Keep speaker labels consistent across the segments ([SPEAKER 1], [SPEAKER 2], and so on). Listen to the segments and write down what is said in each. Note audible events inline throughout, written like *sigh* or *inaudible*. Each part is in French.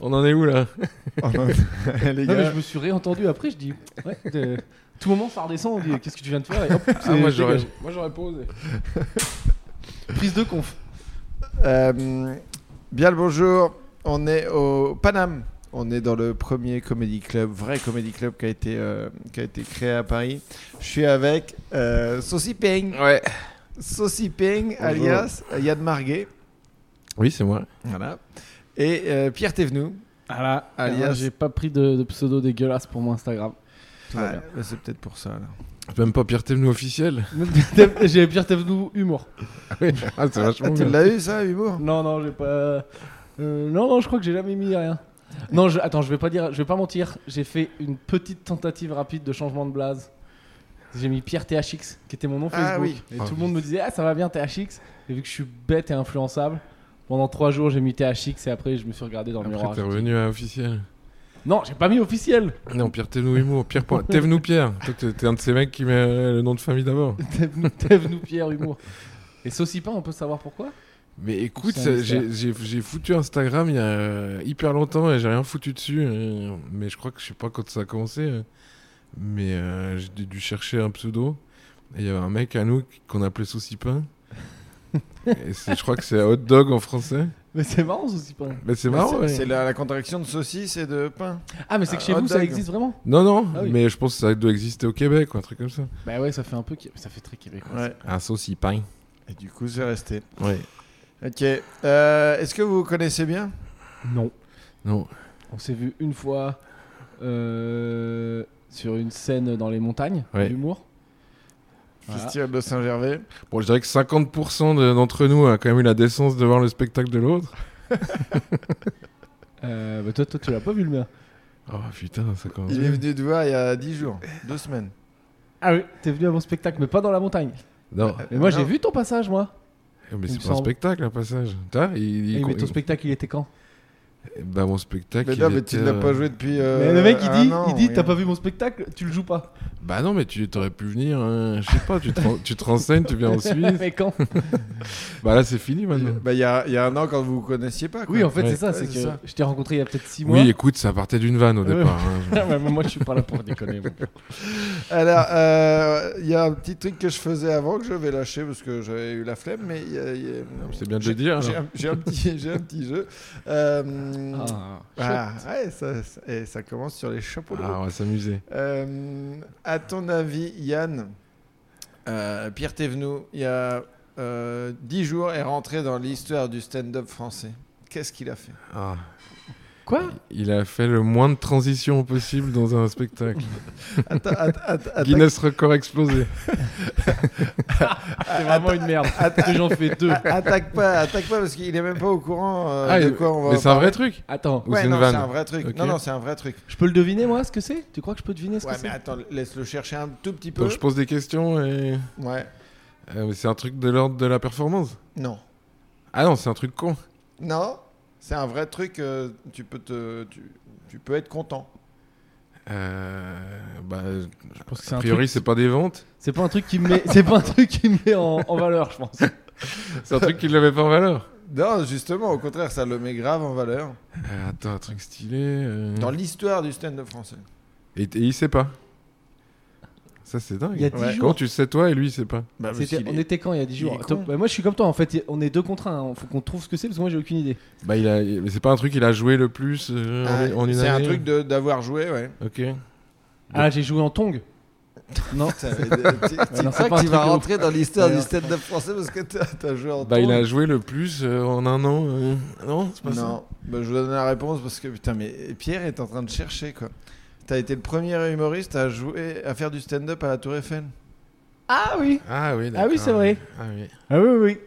[SPEAKER 1] On en est où là
[SPEAKER 2] *laughs* Les
[SPEAKER 3] Non, mais
[SPEAKER 2] gars,
[SPEAKER 3] je me suis réentendu après, je dis. Ouais, de- Euh. *laughs* Tout moment, ça redescend, on dit qu'est-ce que tu viens de faire Et hop,
[SPEAKER 1] Ah,
[SPEAKER 3] c'est-
[SPEAKER 1] moi,
[SPEAKER 3] je
[SPEAKER 1] j'aurais,
[SPEAKER 3] dégage.
[SPEAKER 1] moi j'aurais posé.
[SPEAKER 3] Prise de conf.
[SPEAKER 2] euh, bien le bonjour. On est au Paname. On est dans le premier comedy club, vrai comedy club qui a été, euh, qui a été créé à Paris. Je suis avec euh, Saucy Peng.
[SPEAKER 1] Ouais.
[SPEAKER 2] Saucy Peng, alias Yann Marguet.
[SPEAKER 1] Oui, c'est moi.
[SPEAKER 2] Voilà. Et euh, Pierre Thévenoud.
[SPEAKER 3] Voilà.
[SPEAKER 2] Alias.
[SPEAKER 3] Ah euh, J'ai pas pris de, de pseudo dégueulasse pour mon Instagram. *laughs* Tout va
[SPEAKER 2] Ouais, bah, c'est peut-être pour ça. alors.
[SPEAKER 1] C'est même pas Pierre Thévenoud officiel.
[SPEAKER 3] bien. j'ai pire nous humour.
[SPEAKER 1] Ah, c'est
[SPEAKER 2] Ah,
[SPEAKER 3] *laughs*
[SPEAKER 1] vachement
[SPEAKER 2] tu
[SPEAKER 1] bien.
[SPEAKER 2] l'as eu ça, humour
[SPEAKER 3] Non, non, j'ai pas. euh, non, non, je crois que j'ai jamais mis rien. Non, je, attends, je vais pas dire, je vais pas mentir. J'ai fait une petite tentative rapide de changement de blase. J'ai mis Pierre THX, qui était mon nom Facebook.
[SPEAKER 2] Ah oui.
[SPEAKER 3] Et
[SPEAKER 1] Ah
[SPEAKER 3] tout
[SPEAKER 1] oui.
[SPEAKER 3] le monde me disait, ah, ça va bien THX. Et vu que je suis bête et influençable, pendant trois jours, j'ai mis THX et après, je me suis regardé dans le
[SPEAKER 1] Après,
[SPEAKER 3] miroir.
[SPEAKER 1] t'es revenu à officiel.
[SPEAKER 3] Non, j'ai pas mis officiel. *laughs*
[SPEAKER 1] Non, Pierre Thévenoud Humour. Pierre Point. Thévenoud Pierre. Toi, t'es t'es un de ces mecs qui met euh, le nom de famille d'abord.
[SPEAKER 3] Tev nous Pierre Humour. Et Saucipin, on peut savoir pourquoi
[SPEAKER 1] Mais écoute,
[SPEAKER 3] C'est un
[SPEAKER 1] ça, j'ai j'ai- j'ai foutu Instagram il y a euh, hyper longtemps et j'ai rien foutu dessus. euh, Mais je crois que je sais pas quand ça a commencé. euh, Mais euh, j'ai dû- dû chercher un pseudo. Et il y avait un mec à nous qui- qu'on appelait *laughs* Saucipin. et c'est- je crois que c'est hot dog en français.
[SPEAKER 3] Mais c'est marrant Saucipin.
[SPEAKER 1] Mais Bah, c'est marrant. ouais.
[SPEAKER 2] Ah, C'est la, la contraction de saucisse et de pain.
[SPEAKER 3] Ah, mais c'est que
[SPEAKER 2] Ah,
[SPEAKER 3] chez
[SPEAKER 2] hot
[SPEAKER 3] vous, ça
[SPEAKER 2] dog.
[SPEAKER 3] existe vraiment
[SPEAKER 1] Non, non,
[SPEAKER 3] Ah oui.
[SPEAKER 1] mais je pense que ça doit exister au Québec ou un truc comme ça.
[SPEAKER 3] Bah ouais, ça fait un peu, qui- ça fait très québécois.
[SPEAKER 2] Ouais.
[SPEAKER 1] Un Saucipin.
[SPEAKER 2] Et du coup, c'est resté.
[SPEAKER 1] Ouais.
[SPEAKER 2] Ok. Euh, Est-ce que vous connaissez bien
[SPEAKER 3] Non.
[SPEAKER 1] Non.
[SPEAKER 3] On s'est vu une fois euh, sur une scène dans les montagnes,
[SPEAKER 1] Ouais.
[SPEAKER 3] d'humour. Voilà.
[SPEAKER 2] Festival de Saint-Gervais.
[SPEAKER 1] Bon, je dirais que 50% de- d'entre nous a quand même eu la décence de voir le spectacle de l'autre.
[SPEAKER 3] Euh, bah toi, toi, tu l'as pas vu le mien.
[SPEAKER 1] Oh putain, ça commence.
[SPEAKER 2] Il est venu te voir il y a 10 jours, 2 semaines.
[SPEAKER 3] Ah oui. T'es venu à mon spectacle, mais pas dans la montagne.
[SPEAKER 1] Non.
[SPEAKER 3] Mais moi,
[SPEAKER 2] non.
[SPEAKER 3] j'ai vu ton passage, moi.
[SPEAKER 2] Euh,
[SPEAKER 1] Eh, Mais
[SPEAKER 3] Il me
[SPEAKER 1] c'est pas un
[SPEAKER 3] semble.
[SPEAKER 1] spectacle, un passage. Tu vois, il,
[SPEAKER 2] Eh,
[SPEAKER 1] il-
[SPEAKER 3] Et mais
[SPEAKER 1] il-
[SPEAKER 3] ton spectacle, il était quand
[SPEAKER 1] Eh ben, mon spectacle.
[SPEAKER 2] Mais
[SPEAKER 1] il
[SPEAKER 2] non, mais tu
[SPEAKER 1] était,
[SPEAKER 2] n'as
[SPEAKER 1] euh,
[SPEAKER 2] pas joué depuis. euh,
[SPEAKER 3] Mais Le mec, il
[SPEAKER 2] un
[SPEAKER 3] dit,
[SPEAKER 2] an,
[SPEAKER 3] il dit, t'as
[SPEAKER 2] regarde.
[SPEAKER 3] pas vu mon spectacle, tu le joues pas.
[SPEAKER 1] Bah non, mais tu t'aurais pu venir. hein, Je sais pas, tu te, ren- tu te renseignes, tu viens
[SPEAKER 3] *laughs*
[SPEAKER 2] *laughs*
[SPEAKER 1] en Suisse.
[SPEAKER 3] mais quand
[SPEAKER 1] Bah là, c'est fini maintenant.
[SPEAKER 2] Bah, Il y, a, il y a un an quand vous vous connaissiez pas. Quoi.
[SPEAKER 3] Oui, en fait,
[SPEAKER 1] Ouais.
[SPEAKER 3] c'est ça.
[SPEAKER 2] Ouais,
[SPEAKER 3] c'est
[SPEAKER 2] c'est
[SPEAKER 3] que
[SPEAKER 2] ça.
[SPEAKER 3] je t'ai rencontré il y a peut-être 6 mois.
[SPEAKER 1] *laughs* Oui, écoute, ça partait d'une vanne au
[SPEAKER 3] Ouais.
[SPEAKER 1] départ. hein.
[SPEAKER 2] *laughs*
[SPEAKER 3] Ouais, mais moi, je suis pas là pour déconner. moi.
[SPEAKER 2] Alors, euh, il y a un petit truc que je faisais avant que je vais lâcher parce que j'avais eu la flemme, mais il y a- il y a-
[SPEAKER 1] C'est bien de
[SPEAKER 2] J'ai-
[SPEAKER 1] le dire.
[SPEAKER 2] J'ai
[SPEAKER 1] alors.
[SPEAKER 2] un, j'ai un petit, j'ai un petit jeu. Euh,
[SPEAKER 3] Ah,
[SPEAKER 2] ah, ouais, ça, ça- et ça commence sur les chapeaux de roue.
[SPEAKER 1] Ah, on va s'amuser.
[SPEAKER 2] Euh, à ton avis, Yann, euh, Pierre Thévenoud, il y a euh, 10 jours, est rentré dans l'histoire du stand-up français. Qu'est-ce qu'il a fait
[SPEAKER 1] Ah.
[SPEAKER 3] Quoi
[SPEAKER 1] Il a fait le moins de transitions possible dans
[SPEAKER 2] *laughs*
[SPEAKER 1] un spectacle.
[SPEAKER 2] Atta-
[SPEAKER 1] *laughs*
[SPEAKER 2] atta- atta- atta-
[SPEAKER 1] Guinness record explosé.
[SPEAKER 3] C'est vraiment une merde. Parce que j'en fais deux.
[SPEAKER 2] a- Attaque pas, attaque pas parce qu'il est même pas au courant euh,
[SPEAKER 1] Ah,
[SPEAKER 2] de
[SPEAKER 1] il-
[SPEAKER 2] quoi on va.
[SPEAKER 1] mais c'est un vrai truc.
[SPEAKER 3] Attends,
[SPEAKER 1] ou
[SPEAKER 2] Ouais,
[SPEAKER 1] c'est une
[SPEAKER 2] non,
[SPEAKER 1] vanne
[SPEAKER 2] c'est un vrai truc.
[SPEAKER 1] Ok.
[SPEAKER 2] Non, non, c'est un vrai truc.
[SPEAKER 3] je peux le deviner, moi, ce que c'est Tu crois que je peux deviner ce
[SPEAKER 2] Ouais,
[SPEAKER 3] que c'est
[SPEAKER 2] mais attends, laisse-le chercher un tout petit peu.
[SPEAKER 1] Donc je pose des questions et.
[SPEAKER 2] Ouais.
[SPEAKER 1] Euh, mais c'est un truc de l'ordre de la performance.
[SPEAKER 2] Non.
[SPEAKER 1] Ah non, c'est un truc con.
[SPEAKER 2] Non, c'est un vrai truc. euh, tu peux te, tu, tu peux être content.
[SPEAKER 1] Euh, bah,
[SPEAKER 3] Je pense que c'est
[SPEAKER 1] a
[SPEAKER 3] un
[SPEAKER 1] priori,
[SPEAKER 3] truc-
[SPEAKER 1] c'est pas des ventes.
[SPEAKER 3] C'est pas un truc qui me met, c'est pas un truc qui me met en, en valeur, je pense.
[SPEAKER 1] C'est un truc qui le met pas en valeur.
[SPEAKER 2] Non, justement, au contraire, ça le met grave en valeur
[SPEAKER 1] Euh, attends, un truc stylé. euh,
[SPEAKER 2] dans l'histoire du stand-up français.
[SPEAKER 1] Et, et il sait pas. Ça, c'est dingue.
[SPEAKER 3] Il y a dix
[SPEAKER 1] Ouais.
[SPEAKER 3] jours.
[SPEAKER 1] Comment tu le sais, toi, et lui, il sait pas
[SPEAKER 2] Bah,
[SPEAKER 3] C'était- on était quand il y a 10 jours
[SPEAKER 2] est
[SPEAKER 3] Attends,
[SPEAKER 2] con.
[SPEAKER 3] bah, Moi je suis comme toi en fait, y- on est deux contre un, hein. faut qu'on trouve ce que c'est parce que moi j'ai aucune idée.
[SPEAKER 1] Bah, il a... mais c'est pas un truc qu'il a joué le plus euh, en- en, une
[SPEAKER 2] Ah, c'est un
[SPEAKER 1] année.
[SPEAKER 2] truc de- d'avoir joué, *laughs* ouais.
[SPEAKER 1] Ok.
[SPEAKER 3] Ah j'ai joué en tong Non
[SPEAKER 2] C'est
[SPEAKER 3] non, c'est pas un truc de ouf.
[SPEAKER 2] dans l'histoire
[SPEAKER 3] Ouais, non.
[SPEAKER 2] stand-up français parce que t'as t'as joué en
[SPEAKER 1] Bah, il a
[SPEAKER 2] tour.
[SPEAKER 1] joué le plus euh, en un an. euh, Non, c'est pas ça.
[SPEAKER 2] Non, bah, je vous donne la réponse parce que putain, mais Pierre est en train de chercher quoi. T'as été le premier humoriste à jouer, à faire du stand-up à la Tour Eiffel.
[SPEAKER 3] Ah oui
[SPEAKER 1] Ah oui,
[SPEAKER 3] Ah oui, c'est vrai.
[SPEAKER 1] d'accord. Ah oui.
[SPEAKER 3] Ah oui oui, oui.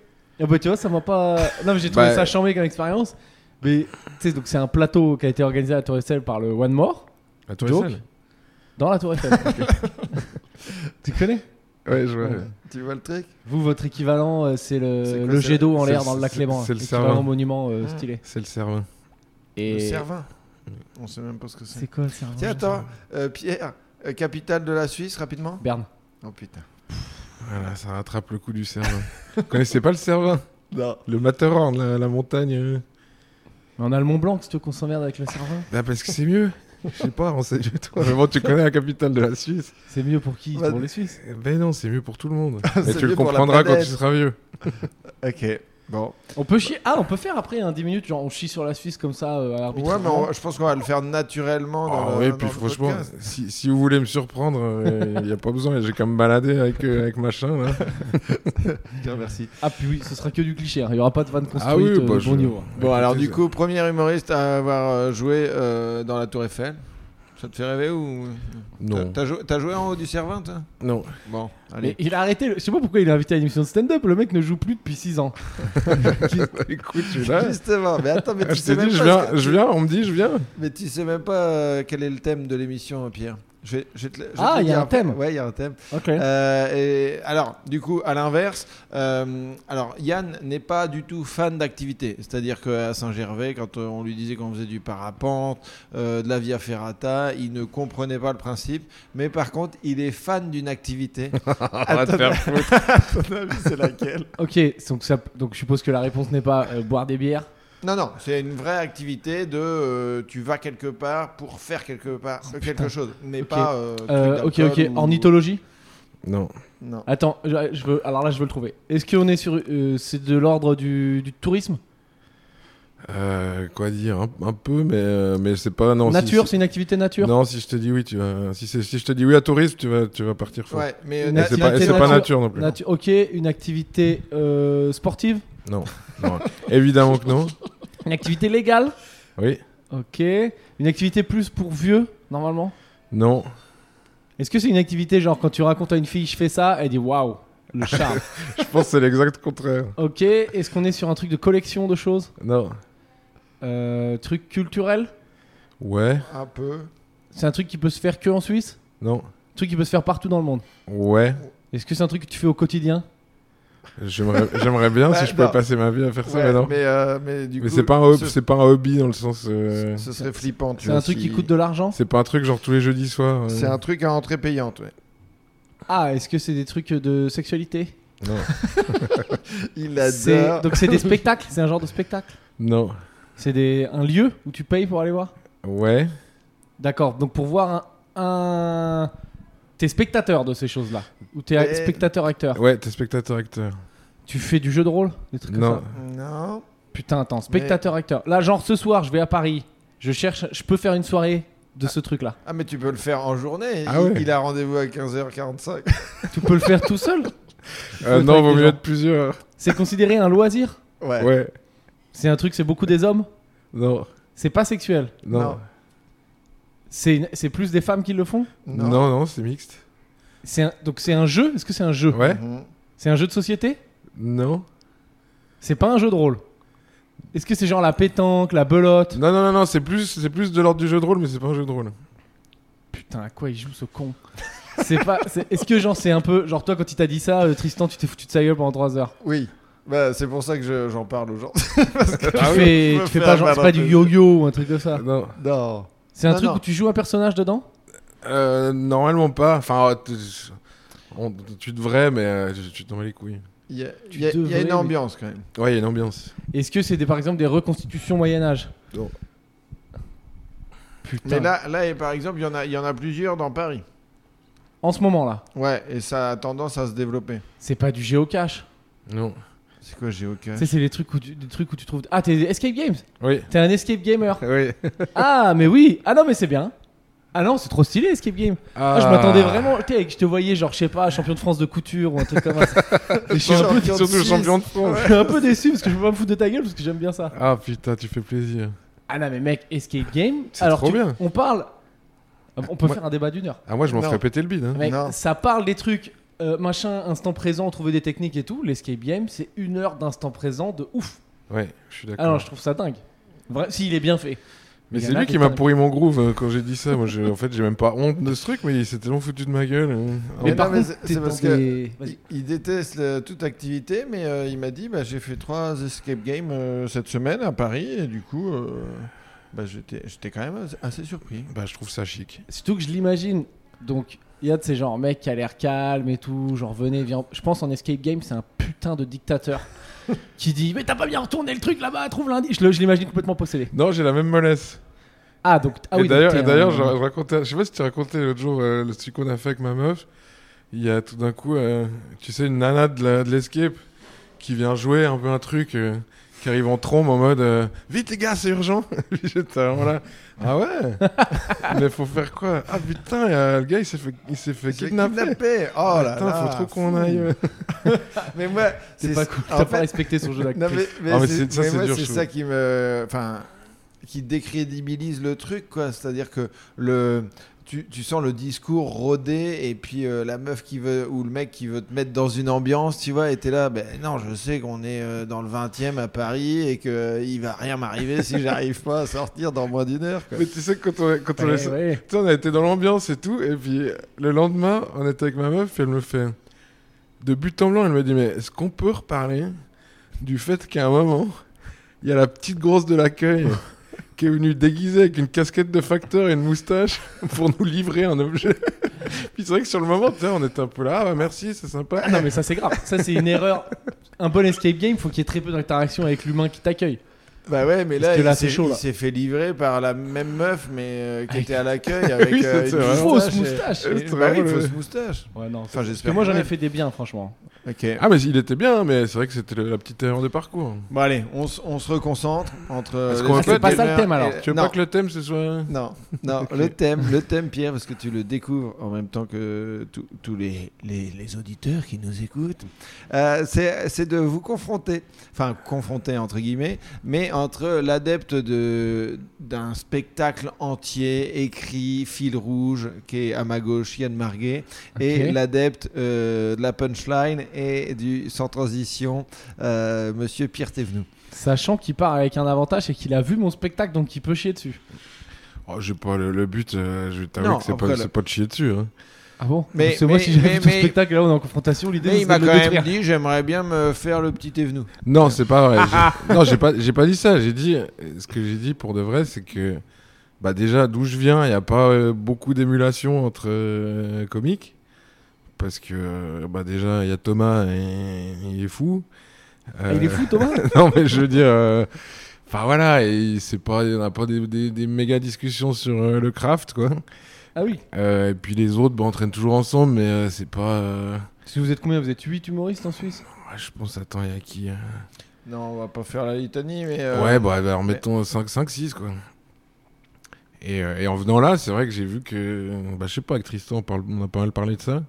[SPEAKER 3] Ah bah tu vois, ça m'a pas. Non mais j'ai trouvé
[SPEAKER 2] Bah,
[SPEAKER 3] ça chambé comme expérience. Mais tu sais, donc c'est un plateau qui a été organisé à la Tour Eiffel par le One More
[SPEAKER 1] La Tour
[SPEAKER 3] Joke.
[SPEAKER 1] Eiffel.
[SPEAKER 3] dans la *laughs* Tour Eiffel. tu connais
[SPEAKER 1] Ouais, je vois.
[SPEAKER 2] Ouais. Tu vois le truc
[SPEAKER 3] Vous, votre équivalent, euh, c'est
[SPEAKER 2] C'est
[SPEAKER 3] le,
[SPEAKER 2] quoi,
[SPEAKER 3] le
[SPEAKER 2] c'est-
[SPEAKER 3] jet d'eau en
[SPEAKER 1] c'est
[SPEAKER 3] l'air
[SPEAKER 1] le-
[SPEAKER 3] dans le lac
[SPEAKER 1] c'est-
[SPEAKER 3] Léman. hein,
[SPEAKER 1] c'est le
[SPEAKER 3] équivalent
[SPEAKER 1] servant.
[SPEAKER 3] monument euh,
[SPEAKER 2] Ah.
[SPEAKER 3] stylé.
[SPEAKER 1] C'est le cerveau.
[SPEAKER 2] Le
[SPEAKER 3] Et
[SPEAKER 2] Cervin. On sait même pas ce que c'est.
[SPEAKER 3] c'est quoi le servant
[SPEAKER 2] Tiens, attends, euh, Pierre, euh, capitale de la Suisse, rapidement
[SPEAKER 3] Berne.
[SPEAKER 2] Oh putain.
[SPEAKER 1] Voilà, ça rattrape le coup du cerveau. Vous connaissez pas le cerveau
[SPEAKER 2] Non.
[SPEAKER 1] Le Matterhorn, la, la montagne. euh,
[SPEAKER 3] Mais on a le Mont Blanc, si tu veux qu'on s'emmerde avec le cerveau.
[SPEAKER 1] Bah, parce que c'est mieux. Je sais pas, renseigne-toi. Mais bon, tu connais la capitale de la Suisse.
[SPEAKER 3] C'est mieux pour qui
[SPEAKER 2] Bah,
[SPEAKER 3] Pour les Suisses.
[SPEAKER 1] Ben non, c'est mieux pour tout le monde.
[SPEAKER 2] C'est
[SPEAKER 1] Et tu le
[SPEAKER 2] mieux pour la
[SPEAKER 1] comprendras quand
[SPEAKER 2] planète.
[SPEAKER 1] tu seras vieux.
[SPEAKER 2] Ok, bon.
[SPEAKER 3] On peut chier. Ah, on peut faire après un 10 minutes, genre on chie sur la Suisse comme ça, euh,
[SPEAKER 2] Ouais, mais
[SPEAKER 3] arbitrairement.
[SPEAKER 2] on- je pense qu'on va le faire naturellement. Dans
[SPEAKER 1] Ah
[SPEAKER 2] le-
[SPEAKER 1] ouais,
[SPEAKER 2] dans
[SPEAKER 1] puis
[SPEAKER 2] le
[SPEAKER 1] franchement,
[SPEAKER 2] podcast.
[SPEAKER 1] si, si vous voulez me surprendre, il n'y a pas besoin. J'ai qu'à me balader avec, euh, avec machin. Là.
[SPEAKER 2] Bien, merci.
[SPEAKER 3] Ah, puis oui, ce sera que du cliché. hein. Il y aura pas de van construite
[SPEAKER 1] Ah oui,
[SPEAKER 3] euh,
[SPEAKER 1] bah,
[SPEAKER 3] bon
[SPEAKER 1] je-
[SPEAKER 3] niveau. hein.
[SPEAKER 2] Bon, alors
[SPEAKER 1] Écoutez,
[SPEAKER 2] du coup, premier humoriste à avoir euh, joué euh, dans la Tour Eiffel. Ça te fait rêver ou
[SPEAKER 1] Non.
[SPEAKER 2] T'as- T'as joué, t'as joué en haut du Cervin, toi
[SPEAKER 1] Non.
[SPEAKER 2] Bon,
[SPEAKER 3] Mais
[SPEAKER 2] allez.
[SPEAKER 3] il a arrêté. le- Je sais pas pourquoi il est invité à une émission de stand-up. Le mec ne joue plus depuis
[SPEAKER 1] *laughs*
[SPEAKER 3] 6 ans.
[SPEAKER 1] Bah, Écoute, je suis là.
[SPEAKER 2] Justement, mais attends,
[SPEAKER 1] *laughs*
[SPEAKER 2] mais tu
[SPEAKER 1] Je t'ai
[SPEAKER 2] sais même
[SPEAKER 1] dit,
[SPEAKER 2] pas
[SPEAKER 1] je
[SPEAKER 2] ce
[SPEAKER 1] viens,
[SPEAKER 2] que-
[SPEAKER 1] je viens, on me dit, je viens.
[SPEAKER 2] Mais tu sais même pas euh, quel est le thème de l'émission, Pierre. Je vais, je vais te, le- je vais
[SPEAKER 3] Ah,
[SPEAKER 2] te le
[SPEAKER 3] il y a
[SPEAKER 2] dire
[SPEAKER 3] un
[SPEAKER 2] après.
[SPEAKER 3] thème.
[SPEAKER 2] Ouais, il y a un thème.
[SPEAKER 3] Ok.
[SPEAKER 2] Euh, et alors, du coup, à l'inverse, euh, alors Yann n'est pas du tout fan d'activité. C'est-à-dire qu'à Saint-Gervais, quand euh, on lui disait qu'on faisait du parapente, euh, de la via ferrata, il ne comprenait pas le principe. Mais par contre, il est fan
[SPEAKER 3] *laughs*
[SPEAKER 2] d'une activité.
[SPEAKER 1] On va te faire foutre.
[SPEAKER 2] Ton avis, c'est laquelle
[SPEAKER 3] Ok, donc, ça, donc je suppose que la réponse n'est pas euh, boire des bières.
[SPEAKER 2] Non, non, c'est une vraie activité de euh, tu vas quelque part pour faire quelque part euh, quelque chose, mais
[SPEAKER 3] Oh, Ok.
[SPEAKER 2] pas. euh, truc
[SPEAKER 3] Euh, ok, ok.
[SPEAKER 2] d'alcool ou-
[SPEAKER 3] Ornithologie
[SPEAKER 1] Non.
[SPEAKER 2] Non.
[SPEAKER 3] Attends, je, je veux, alors là je veux le trouver. Est-ce qu'on est sur. euh, c'est de l'ordre du, du tourisme
[SPEAKER 1] Euh, quoi dire un, un peu, mais, euh, mais c'est pas. Non, si-
[SPEAKER 3] Nature,
[SPEAKER 1] si-
[SPEAKER 3] c'est une activité nature
[SPEAKER 1] Non, si je te dis oui, tu vas. Si, c'est- si je te dis oui à tourisme, tu vas, tu vas partir fort.
[SPEAKER 2] Ouais, mais euh,
[SPEAKER 1] Et
[SPEAKER 3] Mais
[SPEAKER 2] na-
[SPEAKER 1] c'est pas, et c'est
[SPEAKER 3] nature-
[SPEAKER 1] pas nature non plus.
[SPEAKER 3] Natu- ok, une activité euh, sportive
[SPEAKER 1] Non. non. Évidemment que non.
[SPEAKER 3] Une activité légale
[SPEAKER 1] Oui.
[SPEAKER 3] Ok. Une activité plus pour vieux, normalement
[SPEAKER 1] Non.
[SPEAKER 3] Est-ce que c'est une activité genre quand tu racontes à une fille je fais ça, elle dit waouh, le charme
[SPEAKER 1] Je pense que c'est l'exact contraire.
[SPEAKER 3] Ok, est-ce qu'on est sur un truc de collection de choses
[SPEAKER 1] Non.
[SPEAKER 3] Euh, Truc culturel
[SPEAKER 1] Ouais.
[SPEAKER 2] un peu.
[SPEAKER 3] C'est un truc qui peut se faire que en Suisse
[SPEAKER 1] Non.
[SPEAKER 3] Un truc qui peut se faire partout dans le monde
[SPEAKER 1] Ouais.
[SPEAKER 3] Est-ce que c'est un truc que tu fais au quotidien
[SPEAKER 1] J'aimerais j'aimerais bien
[SPEAKER 2] Ouais,
[SPEAKER 1] si je pouvais
[SPEAKER 2] non.
[SPEAKER 1] passer ma vie à faire ça,
[SPEAKER 2] Ouais,
[SPEAKER 1] mais non. Mais,
[SPEAKER 2] mais, euh, mais du coup,
[SPEAKER 1] c'est pas, un hob-
[SPEAKER 2] ce-
[SPEAKER 1] c'est pas un hobby dans le sens. euh,
[SPEAKER 2] ce serait flippant. tu
[SPEAKER 3] C'est
[SPEAKER 2] vois,
[SPEAKER 3] un truc
[SPEAKER 2] si-
[SPEAKER 3] qui coûte de l'argent
[SPEAKER 1] C'est pas un truc genre tous les jeudis soirs. euh,
[SPEAKER 2] C'est un truc à entrée payante. ouais.
[SPEAKER 3] Ah, est-ce que c'est des trucs de sexualité
[SPEAKER 1] Non.
[SPEAKER 2] Il
[SPEAKER 3] C'est-
[SPEAKER 2] adore.
[SPEAKER 3] Donc c'est des spectacles, c'est un genre de spectacle
[SPEAKER 1] non.
[SPEAKER 3] C'est des... un lieu où tu payes pour aller voir
[SPEAKER 1] Ouais.
[SPEAKER 3] D'accord, donc pour voir un... un... T'es spectateur de ces choses-là Ou t'es
[SPEAKER 2] Mais-
[SPEAKER 3] spectateur-acteur
[SPEAKER 1] Ouais, t'es spectateur-acteur.
[SPEAKER 3] Tu fais du jeu de rôle Des trucs comme
[SPEAKER 1] Non.
[SPEAKER 3] ça
[SPEAKER 2] Non.
[SPEAKER 3] Putain, attends, spectateur, acteur. Là, genre ce soir, je vais à Paris. Je cherche, je peux faire une soirée de ce truc-là.
[SPEAKER 2] Ah, mais tu peux le faire en journée.
[SPEAKER 1] Ah
[SPEAKER 2] il,
[SPEAKER 1] ouais.
[SPEAKER 2] il a rendez-vous à 15h45.
[SPEAKER 3] tu peux le faire tout seul.
[SPEAKER 1] Euh,
[SPEAKER 3] faut
[SPEAKER 1] non,
[SPEAKER 3] être avec
[SPEAKER 1] vaut
[SPEAKER 3] des
[SPEAKER 1] mieux
[SPEAKER 3] gens.
[SPEAKER 1] être plusieurs.
[SPEAKER 3] C'est considéré un loisir.
[SPEAKER 2] Ouais.
[SPEAKER 1] Ouais.
[SPEAKER 3] C'est un truc, c'est beaucoup des hommes.
[SPEAKER 1] Non.
[SPEAKER 3] C'est pas sexuel.
[SPEAKER 1] Non.
[SPEAKER 2] Non.
[SPEAKER 1] Non,
[SPEAKER 3] C'est une- c'est plus des femmes qui le font.
[SPEAKER 1] non, c'est mixte.
[SPEAKER 3] C'est un- donc c'est un jeu. Est-ce que c'est un jeu
[SPEAKER 1] Ouais.
[SPEAKER 2] Mhm.
[SPEAKER 3] C'est un jeu de société
[SPEAKER 1] Non.
[SPEAKER 3] C'est pas un jeu de rôle. Est-ce que c'est genre la pétanque, la belote
[SPEAKER 1] Non, non, non, non, c'est plus, c'est plus de l'ordre du jeu de rôle, mais c'est pas un jeu de rôle.
[SPEAKER 3] Putain, à quoi il joue ce con C'est pas. c'est- Est-ce que genre c'est un peu genre toi quand il t'a dit ça, euh, Tristan, tu t'es foutu de sa gueule pendant 3 heures.
[SPEAKER 2] Oui. Bah, c'est pour ça que je- j'en parle aujourd'hui.
[SPEAKER 3] Tu fais,
[SPEAKER 2] *laughs* je
[SPEAKER 1] Ah oui,
[SPEAKER 2] me
[SPEAKER 3] tu fais
[SPEAKER 2] fais
[SPEAKER 3] pas genre
[SPEAKER 2] avoir
[SPEAKER 3] c'est pas du
[SPEAKER 2] un peu.
[SPEAKER 3] yo-yo ou un truc comme
[SPEAKER 2] Ah.
[SPEAKER 3] ça.
[SPEAKER 1] Non.
[SPEAKER 2] non.
[SPEAKER 3] C'est un
[SPEAKER 2] Non,
[SPEAKER 3] truc
[SPEAKER 2] non.
[SPEAKER 3] où tu joues un personnage dedans
[SPEAKER 1] Euh, normalement pas. Enfin, euh, t- on- tu devrais, mais euh, tu- tu t'en mets les couilles.
[SPEAKER 2] Il y a,
[SPEAKER 3] Tu
[SPEAKER 2] il y a- il y a
[SPEAKER 3] devrais, mais-
[SPEAKER 2] une ambiance quand même.
[SPEAKER 1] Ouais, il y a une ambiance.
[SPEAKER 3] Est-ce que c'est des- par exemple des reconstitutions Moyen-Âge
[SPEAKER 1] Non.
[SPEAKER 3] Putain.
[SPEAKER 2] Mais là, là et par exemple, il y, en a- il y en a plusieurs dans Paris.
[SPEAKER 3] En ce moment là,
[SPEAKER 2] Ouais, et ça a tendance à se développer.
[SPEAKER 3] c'est pas du géocache.
[SPEAKER 1] Non.
[SPEAKER 2] C'est quoi
[SPEAKER 3] Tu
[SPEAKER 2] Géocache
[SPEAKER 3] sais, c'est les trucs où tu, des trucs où tu trouves. Ah, t'es Escape Games
[SPEAKER 1] Oui.
[SPEAKER 3] T'es un Escape Gamer
[SPEAKER 1] Oui.
[SPEAKER 3] *laughs* Ah, mais oui Ah non, mais c'est bien Ah non, c'est trop stylé Escape Game Ah, je m'attendais vraiment. Tu sais, que je te voyais genre, je sais pas, champion de France de couture ou un truc comme ça.
[SPEAKER 1] Ah,
[SPEAKER 3] Et je suis un peu,
[SPEAKER 2] Champion de
[SPEAKER 1] Surtout le
[SPEAKER 2] Suisse.
[SPEAKER 1] champion de France.
[SPEAKER 3] je suis un peu déçu parce que je peux pas me foutre de ta gueule parce que j'aime bien ça.
[SPEAKER 1] Ah putain, tu fais plaisir.
[SPEAKER 3] Ah non, mais mec, Escape Game.
[SPEAKER 1] C'est
[SPEAKER 3] Alors,
[SPEAKER 1] trop
[SPEAKER 3] tu-
[SPEAKER 1] bien.
[SPEAKER 3] on parle. On peut
[SPEAKER 1] Moi-
[SPEAKER 3] faire un débat d'une heure.
[SPEAKER 1] Ah, moi, je m'en
[SPEAKER 2] Non.
[SPEAKER 1] ferais péter le bide. hein.
[SPEAKER 3] Mec,
[SPEAKER 2] Non.
[SPEAKER 3] ça parle des trucs euh, machin, instant présent, trouver des techniques et tout. L'escape game, c'est une heure d'instant présent de ouf.
[SPEAKER 1] Ouais, je suis d'accord.
[SPEAKER 3] Alors, je trouve ça dingue. Vrai, si il est bien fait.
[SPEAKER 1] Mais
[SPEAKER 3] Il y
[SPEAKER 1] c'est
[SPEAKER 3] en a
[SPEAKER 1] lui
[SPEAKER 3] qui
[SPEAKER 1] qui m'a
[SPEAKER 3] t'en-
[SPEAKER 1] pourri mon groove euh, quand j'ai dit ça. Moi, j'ai- en fait, j'ai même pas honte de ce truc, mais il s'est tellement foutu de ma gueule. euh.
[SPEAKER 2] Mais
[SPEAKER 1] Ah,
[SPEAKER 2] non,
[SPEAKER 3] par
[SPEAKER 2] mais
[SPEAKER 3] contre,
[SPEAKER 2] c'est-
[SPEAKER 3] t'es
[SPEAKER 2] c'est parce
[SPEAKER 3] dans
[SPEAKER 2] que
[SPEAKER 3] des-
[SPEAKER 2] Il,
[SPEAKER 3] Vas-y.
[SPEAKER 2] il déteste euh, toute activité, mais euh, il m'a dit bah, j'ai fait trois escape games euh, cette semaine à Paris, et du coup, euh, bah, j'étais j'étais quand même assez- assez surpris.
[SPEAKER 1] Bah, je trouve ça chic.
[SPEAKER 3] Surtout que je l'imagine. Donc, il y a de ces genres mec qui a l'air calme et tout. Genre, venez, viens. Je pense en escape game, c'est un putain putain de dictateur qui dit Mais t'as pas bien retourné le truc là-bas, trouve lundi. Je le- je l'imagine complètement possédé.
[SPEAKER 1] Non, j'ai la même mollesse.
[SPEAKER 3] Ah, donc. Ah
[SPEAKER 1] et
[SPEAKER 3] oui, donc
[SPEAKER 1] d'ailleurs,
[SPEAKER 3] t'es
[SPEAKER 1] et d'ailleurs,
[SPEAKER 3] un-
[SPEAKER 1] je, je racontais, je sais pas si tu racontais l'autre jour euh, le truc qu'on a fait avec ma meuf. Il y a tout d'un coup, euh, tu sais, une nana de la- de l'escape qui vient jouer un peu un truc, euh, qui arrive en trombe en mode euh, Vite les gars, c'est urgent *laughs* Puis j'étais vraiment là, Ah ouais Mais faut faire quoi Ah putain, euh, le gars il s'est fait, il s'est fait
[SPEAKER 2] J'ai
[SPEAKER 1] kidnapper
[SPEAKER 2] kidnappé. Oh là
[SPEAKER 1] Putain,
[SPEAKER 2] là.
[SPEAKER 1] faut trop qu'on
[SPEAKER 2] fou.
[SPEAKER 1] aille. euh.
[SPEAKER 2] Mais moi,
[SPEAKER 3] C'est pas cool,
[SPEAKER 2] en
[SPEAKER 3] t'as pas
[SPEAKER 2] fait-
[SPEAKER 3] respecté son *laughs* jeu
[SPEAKER 2] Non,
[SPEAKER 3] d'actrice.
[SPEAKER 2] mais, mais
[SPEAKER 1] Ah, mais
[SPEAKER 2] c'est
[SPEAKER 1] c'est- ça,
[SPEAKER 2] mais
[SPEAKER 1] c'est
[SPEAKER 2] moi,
[SPEAKER 1] dur,
[SPEAKER 2] c'est
[SPEAKER 1] je
[SPEAKER 2] ça qui me, enfin, qui décrédibilise le truc, quoi. C'est-à-dire que le, tu, tu sens le discours rodé et puis euh, la meuf qui veut ou le mec qui veut te mettre dans une ambiance, tu vois, et t'es là, ben non, je sais qu'on est euh, dans le 20e à Paris et que euh, il va rien m'arriver si j'arrive pas à sortir dans moins d'une heure. Quoi.
[SPEAKER 1] Mais tu sais, quand on, quand on
[SPEAKER 3] Ouais,
[SPEAKER 1] laisse-
[SPEAKER 3] ouais.
[SPEAKER 1] Tu sais, on a été dans l'ambiance et tout, et puis euh, le lendemain, on était avec ma meuf, et elle me fait de but en blanc, elle me dit mais est-ce qu'on peut reparler du fait qu'à un moment, il y a la petite grosse de l'accueil qui est venue déguisée avec une casquette de facteur et une moustache pour nous livrer un objet. *laughs* puis c'est vrai que sur le moment, tu sais, on était un peu là, ah, bah, merci, c'est sympa.
[SPEAKER 3] Ah non, mais ça c'est grave. Ça c'est une erreur. Un bon escape game, faut qu'il y ait très peu d'interaction avec l'humain qui t'accueille.
[SPEAKER 2] Bah ouais, mais
[SPEAKER 3] Parce
[SPEAKER 2] là,
[SPEAKER 3] que là,
[SPEAKER 2] il
[SPEAKER 3] c'est
[SPEAKER 2] s'est-
[SPEAKER 3] chaud,
[SPEAKER 2] il
[SPEAKER 3] là. Ah,
[SPEAKER 2] s'est fait livrer par la même meuf, mais euh, qui
[SPEAKER 3] Avec-
[SPEAKER 2] était
[SPEAKER 3] *laughs*
[SPEAKER 2] à l'accueil avec euh,
[SPEAKER 1] c'est
[SPEAKER 2] une
[SPEAKER 1] vrai.
[SPEAKER 3] Fausse
[SPEAKER 2] et-
[SPEAKER 3] moustache.
[SPEAKER 2] et-
[SPEAKER 1] C'est
[SPEAKER 2] bah oui,
[SPEAKER 1] vraiment le-
[SPEAKER 2] fausse moustache.
[SPEAKER 3] Ouais, non.
[SPEAKER 2] Enfin,
[SPEAKER 3] Parce que
[SPEAKER 2] j'espère.
[SPEAKER 3] moi j'en
[SPEAKER 2] que-
[SPEAKER 3] ai fait des biens, franchement.
[SPEAKER 2] Ok.
[SPEAKER 1] Ah mais il était bien, mais c'est vrai que c'était le- la petite erreur de parcours.
[SPEAKER 2] Bon allez, on, se- on se reconcentre entre. euh,
[SPEAKER 1] Est-ce
[SPEAKER 2] les
[SPEAKER 1] qu'on va
[SPEAKER 2] escape
[SPEAKER 1] pas- C'est
[SPEAKER 3] pas ça le
[SPEAKER 2] gamers
[SPEAKER 3] thème, alors.
[SPEAKER 2] et-
[SPEAKER 1] Tu veux
[SPEAKER 2] non,
[SPEAKER 1] pas que le thème ce soit...
[SPEAKER 2] non, non, le thème, le thème Pierre, parce que tu le découvres en même temps que tous- tous les, les, les auditeurs qui nous écoutent, Euh, c'est c'est de vous confronter, enfin confronter entre guillemets, mais entre l'adepte de d'un spectacle entier, écrit, fil rouge, qui est à ma gauche, Yann Marguet, et
[SPEAKER 3] Ok.
[SPEAKER 2] l'adepte euh, de la punchline et du sans transition, euh, Monsieur Pierre Thévenoud.
[SPEAKER 3] Sachant qu'il part avec un avantage et qu'il a vu mon spectacle donc il peut chier dessus.
[SPEAKER 1] Oh, j'ai pas le, le but, euh, je
[SPEAKER 2] Non,
[SPEAKER 1] t'avoue que c'est
[SPEAKER 2] après,
[SPEAKER 1] pas,
[SPEAKER 2] le-
[SPEAKER 1] c'est pas de chier dessus. hein.
[SPEAKER 3] Ah bon
[SPEAKER 2] Mais-
[SPEAKER 3] Parce que moi
[SPEAKER 2] mais-
[SPEAKER 3] si j'avais
[SPEAKER 2] mais-
[SPEAKER 3] vu ton
[SPEAKER 2] mais-
[SPEAKER 3] spectacle et là on est en confrontation, l'idée
[SPEAKER 2] Mais il
[SPEAKER 3] c'est
[SPEAKER 2] m'a
[SPEAKER 3] de
[SPEAKER 2] quand
[SPEAKER 3] le
[SPEAKER 2] même
[SPEAKER 3] détruire.
[SPEAKER 2] dit j'aimerais bien me faire le petit Evnou.
[SPEAKER 1] Non, c'est
[SPEAKER 3] *laughs*
[SPEAKER 1] pas vrai. J'ai- non, j'ai pas, j'ai pas dit ça. J'ai dit, ce que j'ai dit pour de vrai, c'est que, bah déjà, d'où je viens, il n'y a pas euh, beaucoup d'émulation entre euh, comiques. Parce que, euh, bah déjà, il y a Thomas et il est fou.
[SPEAKER 3] Ah, il est
[SPEAKER 1] Euh,
[SPEAKER 3] fou Thomas
[SPEAKER 1] *laughs* non, mais je veux dire, euh, enfin voilà, et c'est pas, on n'a pas des, des- des méga discussions sur euh, le craft, quoi.
[SPEAKER 3] Ah oui.
[SPEAKER 1] Euh, et puis les autres, bah, on traîne toujours ensemble, mais euh, c'est pas. euh,
[SPEAKER 3] Si vous êtes combien Vous êtes 8 humoristes en Suisse
[SPEAKER 1] ouais, je pense, attends, il y a qui euh,
[SPEAKER 2] Non, on va pas faire la litanie, mais. euh,
[SPEAKER 1] Ouais, bah, alors mettons 5-6, quoi. Et, euh, et en venant là, c'est vrai que j'ai vu que. Bah, je sais pas, avec Tristan, on, parle, on a pas mal parlé de ça.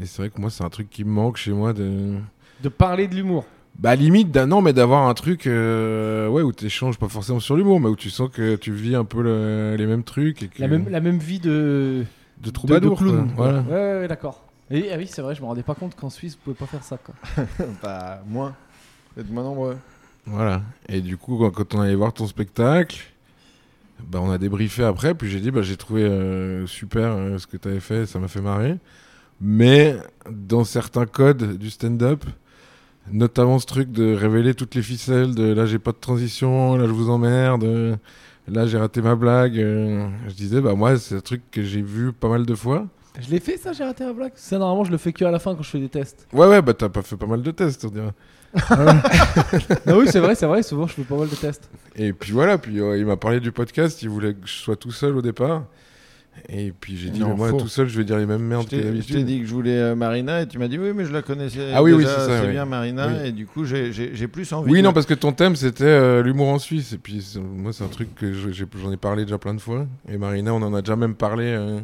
[SPEAKER 1] Et c'est vrai que moi, c'est un truc qui me manque chez moi. De...
[SPEAKER 3] De parler de l'humour.
[SPEAKER 1] Bah, limite, d'un an, mais d'avoir un truc euh, ouais, où t'échanges pas forcément sur l'humour, mais où tu sens que tu vis un peu le- les mêmes trucs. Et que...
[SPEAKER 3] La même, la même vie de.
[SPEAKER 1] De
[SPEAKER 3] de-
[SPEAKER 1] Euh. troubadour.
[SPEAKER 3] de clown.
[SPEAKER 1] quoi. Voilà.
[SPEAKER 3] Ouais, ouais, ouais, d'accord. Et ah oui, c'est vrai, je me rendais pas compte qu'en Suisse, vous pouvez pas faire ça quoi.
[SPEAKER 2] Bah, moins. Vous êtes moins nombreux.
[SPEAKER 1] Voilà. Et du coup, quand, quand on allait voir ton spectacle, bah, on a débriefé après. Puis j'ai dit, bah, j'ai trouvé euh, super euh, ce que tu avais fait, ça m'a fait marrer. Mais dans certains codes du stand-up, notamment ce truc de révéler toutes les ficelles, de là j'ai pas de transition, là je vous emmerde, euh, là j'ai raté ma blague, euh, je disais, bah moi c'est un truc que j'ai vu pas mal de fois.
[SPEAKER 3] Je l'ai fait ça, j'ai raté un blague Ça, normalement, je le fais que à la fin quand je fais des tests.
[SPEAKER 1] Ouais, ouais, bah t'as pas fait pas mal de tests, on dirait. Ah
[SPEAKER 3] *laughs* non, oui, c'est vrai, c'est vrai, souvent je fais pas mal de tests.
[SPEAKER 1] Et puis voilà, puis euh, il m'a parlé du podcast, il voulait que je sois tout seul au départ. Et puis j'ai dit,
[SPEAKER 2] Non,
[SPEAKER 1] mais moi
[SPEAKER 2] faux.
[SPEAKER 1] tout seul, je vais dire les mêmes
[SPEAKER 2] Je
[SPEAKER 1] merdes que
[SPEAKER 2] t'ai- je t'ai
[SPEAKER 1] d'habitude.
[SPEAKER 2] dit que je voulais euh, Marina et tu m'as dit oui, mais je la connaissais.
[SPEAKER 1] Ah oui, oui,
[SPEAKER 2] déjà
[SPEAKER 1] c'est ça,
[SPEAKER 2] assez
[SPEAKER 1] oui.
[SPEAKER 2] bien Marina
[SPEAKER 1] Oui.
[SPEAKER 2] et du coup j'ai- j'ai j'ai plus envie.
[SPEAKER 1] Oui,
[SPEAKER 2] de-
[SPEAKER 1] non, parce que ton thème c'était euh, l'humour en Suisse. Et puis c'est- moi, c'est un truc que je- j'ai- j'en ai, parlé déjà plein de fois. Et Marina, on en a déjà même parlé euh,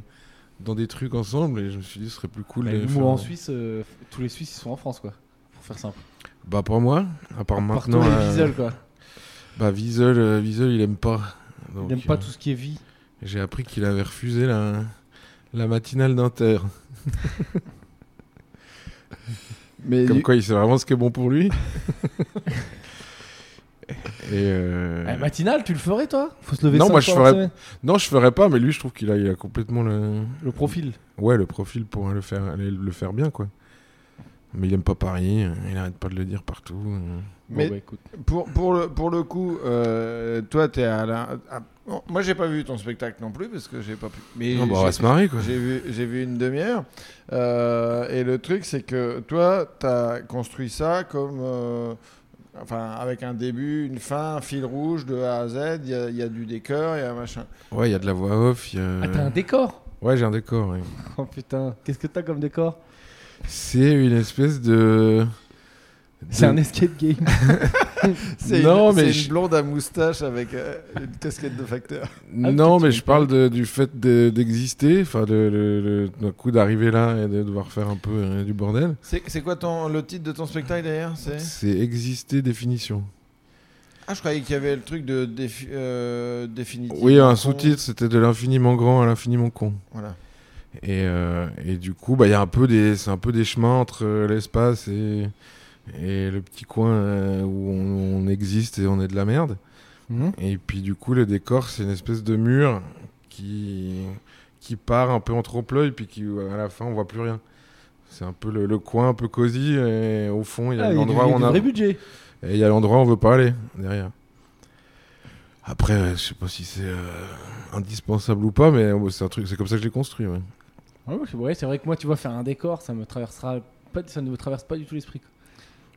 [SPEAKER 1] dans des trucs ensemble. Et je me suis dit, ce serait plus cool.
[SPEAKER 3] Bah,
[SPEAKER 1] de
[SPEAKER 3] L'humour
[SPEAKER 1] faire-
[SPEAKER 3] en Suisse, euh, tous les Suisses ils sont en France quoi. Pour faire simple.
[SPEAKER 1] Bah, pour moi, à part maintenant.
[SPEAKER 3] Partout les
[SPEAKER 1] euh,
[SPEAKER 3] Wiesel, quoi.
[SPEAKER 1] Bah, Wiesel, euh, Wiesel, il aime pas.
[SPEAKER 3] Ils
[SPEAKER 1] Donc,
[SPEAKER 3] n'aiment pas
[SPEAKER 1] euh,
[SPEAKER 3] tout ce qui est vie.
[SPEAKER 1] J'ai appris qu'il avait refusé la, la matinale d'Inter.
[SPEAKER 2] Mais
[SPEAKER 1] Comme
[SPEAKER 2] du-
[SPEAKER 1] quoi, il sait vraiment ce qui est bon pour lui.
[SPEAKER 3] *laughs*
[SPEAKER 1] Et euh,
[SPEAKER 3] Eh, matinal, tu le ferais toi Faut se lever
[SPEAKER 1] Non,
[SPEAKER 3] cinq
[SPEAKER 1] moi, je
[SPEAKER 3] fois par
[SPEAKER 1] ferais-
[SPEAKER 3] semaine.
[SPEAKER 1] Non, je ferais pas, mais lui, je trouve qu'il a, il a complètement le,
[SPEAKER 3] Le profil.
[SPEAKER 1] ouais, le profil pour le faire, aller le faire bien, quoi. Mais il aime pas Paris, euh, il arrête pas de le dire partout. euh.
[SPEAKER 2] Mais-
[SPEAKER 3] Bon, bah, écoute.
[SPEAKER 2] Pour, pour, le, pour le coup, euh, toi, t'es à la. à- bon, moi, j'ai pas vu ton spectacle non plus parce que j'ai pas pu. Mais
[SPEAKER 1] Non, bah, on
[SPEAKER 2] j'ai-
[SPEAKER 1] va se marrer quoi.
[SPEAKER 2] j'ai vu, j'ai vu une demi-heure. Euh, et le truc, c'est que toi, t'as construit ça comme. euh, enfin, avec un début, une fin, un fil rouge de A à Z. Il y a, il y a du décor, il y a un machin.
[SPEAKER 1] Ouais, il y a de la voix off. il Y a...
[SPEAKER 3] Ah, t'as un décor
[SPEAKER 1] Ouais, j'ai un décor. ouais.
[SPEAKER 3] *laughs* Oh putain, qu'est-ce que t'as comme décor
[SPEAKER 1] C'est une espèce de.
[SPEAKER 3] C'est
[SPEAKER 1] *laughs* de-
[SPEAKER 3] un escape game.
[SPEAKER 2] C'est
[SPEAKER 1] Non,
[SPEAKER 2] une,
[SPEAKER 1] mais
[SPEAKER 2] c'est
[SPEAKER 1] je-
[SPEAKER 3] Ah,
[SPEAKER 2] une blonde à moustache avec euh, une casquette de facteur.
[SPEAKER 1] Non,
[SPEAKER 3] petit
[SPEAKER 1] mais
[SPEAKER 3] truc.
[SPEAKER 1] je parle de- du fait de- d'exister, enfin, de, de- de- d'un coup d'arriver là et de devoir faire un peu euh, du bordel.
[SPEAKER 2] C'est, c'est quoi ton, le titre de ton spectacle d'ailleurs c'est...
[SPEAKER 1] C'est exister définition.
[SPEAKER 2] Ah, je croyais qu'il y avait le truc de défi, euh, définitif.
[SPEAKER 1] Oui, un sous-titre, c'était de l'infiniment grand à l'infiniment con.
[SPEAKER 2] Voilà.
[SPEAKER 1] Et, euh, et du coup, bah, il y a un peu des, c'est un peu des chemins entre euh, l'espace et, et le petit coin euh, où on, on existe et on est de la merde.
[SPEAKER 3] Mhm.
[SPEAKER 1] Et puis du coup, le décor, c'est une espèce de mur qui, qui part un peu en trompe-l'œil, puis qui, euh, à la fin, on voit plus rien. C'est un peu le, le coin un peu cosy, et au fond, il y a
[SPEAKER 3] Ah, il y a du-
[SPEAKER 1] l'endroit
[SPEAKER 3] il y
[SPEAKER 1] où
[SPEAKER 3] a
[SPEAKER 1] on
[SPEAKER 3] du
[SPEAKER 1] a,
[SPEAKER 3] vrai budget.
[SPEAKER 1] et il y a l'endroit où on veut pas aller derrière. Après, euh, je sais pas si c'est euh, indispensable ou pas, mais euh, c'est un truc, c'est comme ça que je l'ai construit. ouais.
[SPEAKER 3] Ouais, ouais, c'est- ouais, c'est vrai que moi, tu vois, faire un décor, ça me traversera pas, ça ne me traverse pas du tout l'esprit. quoi.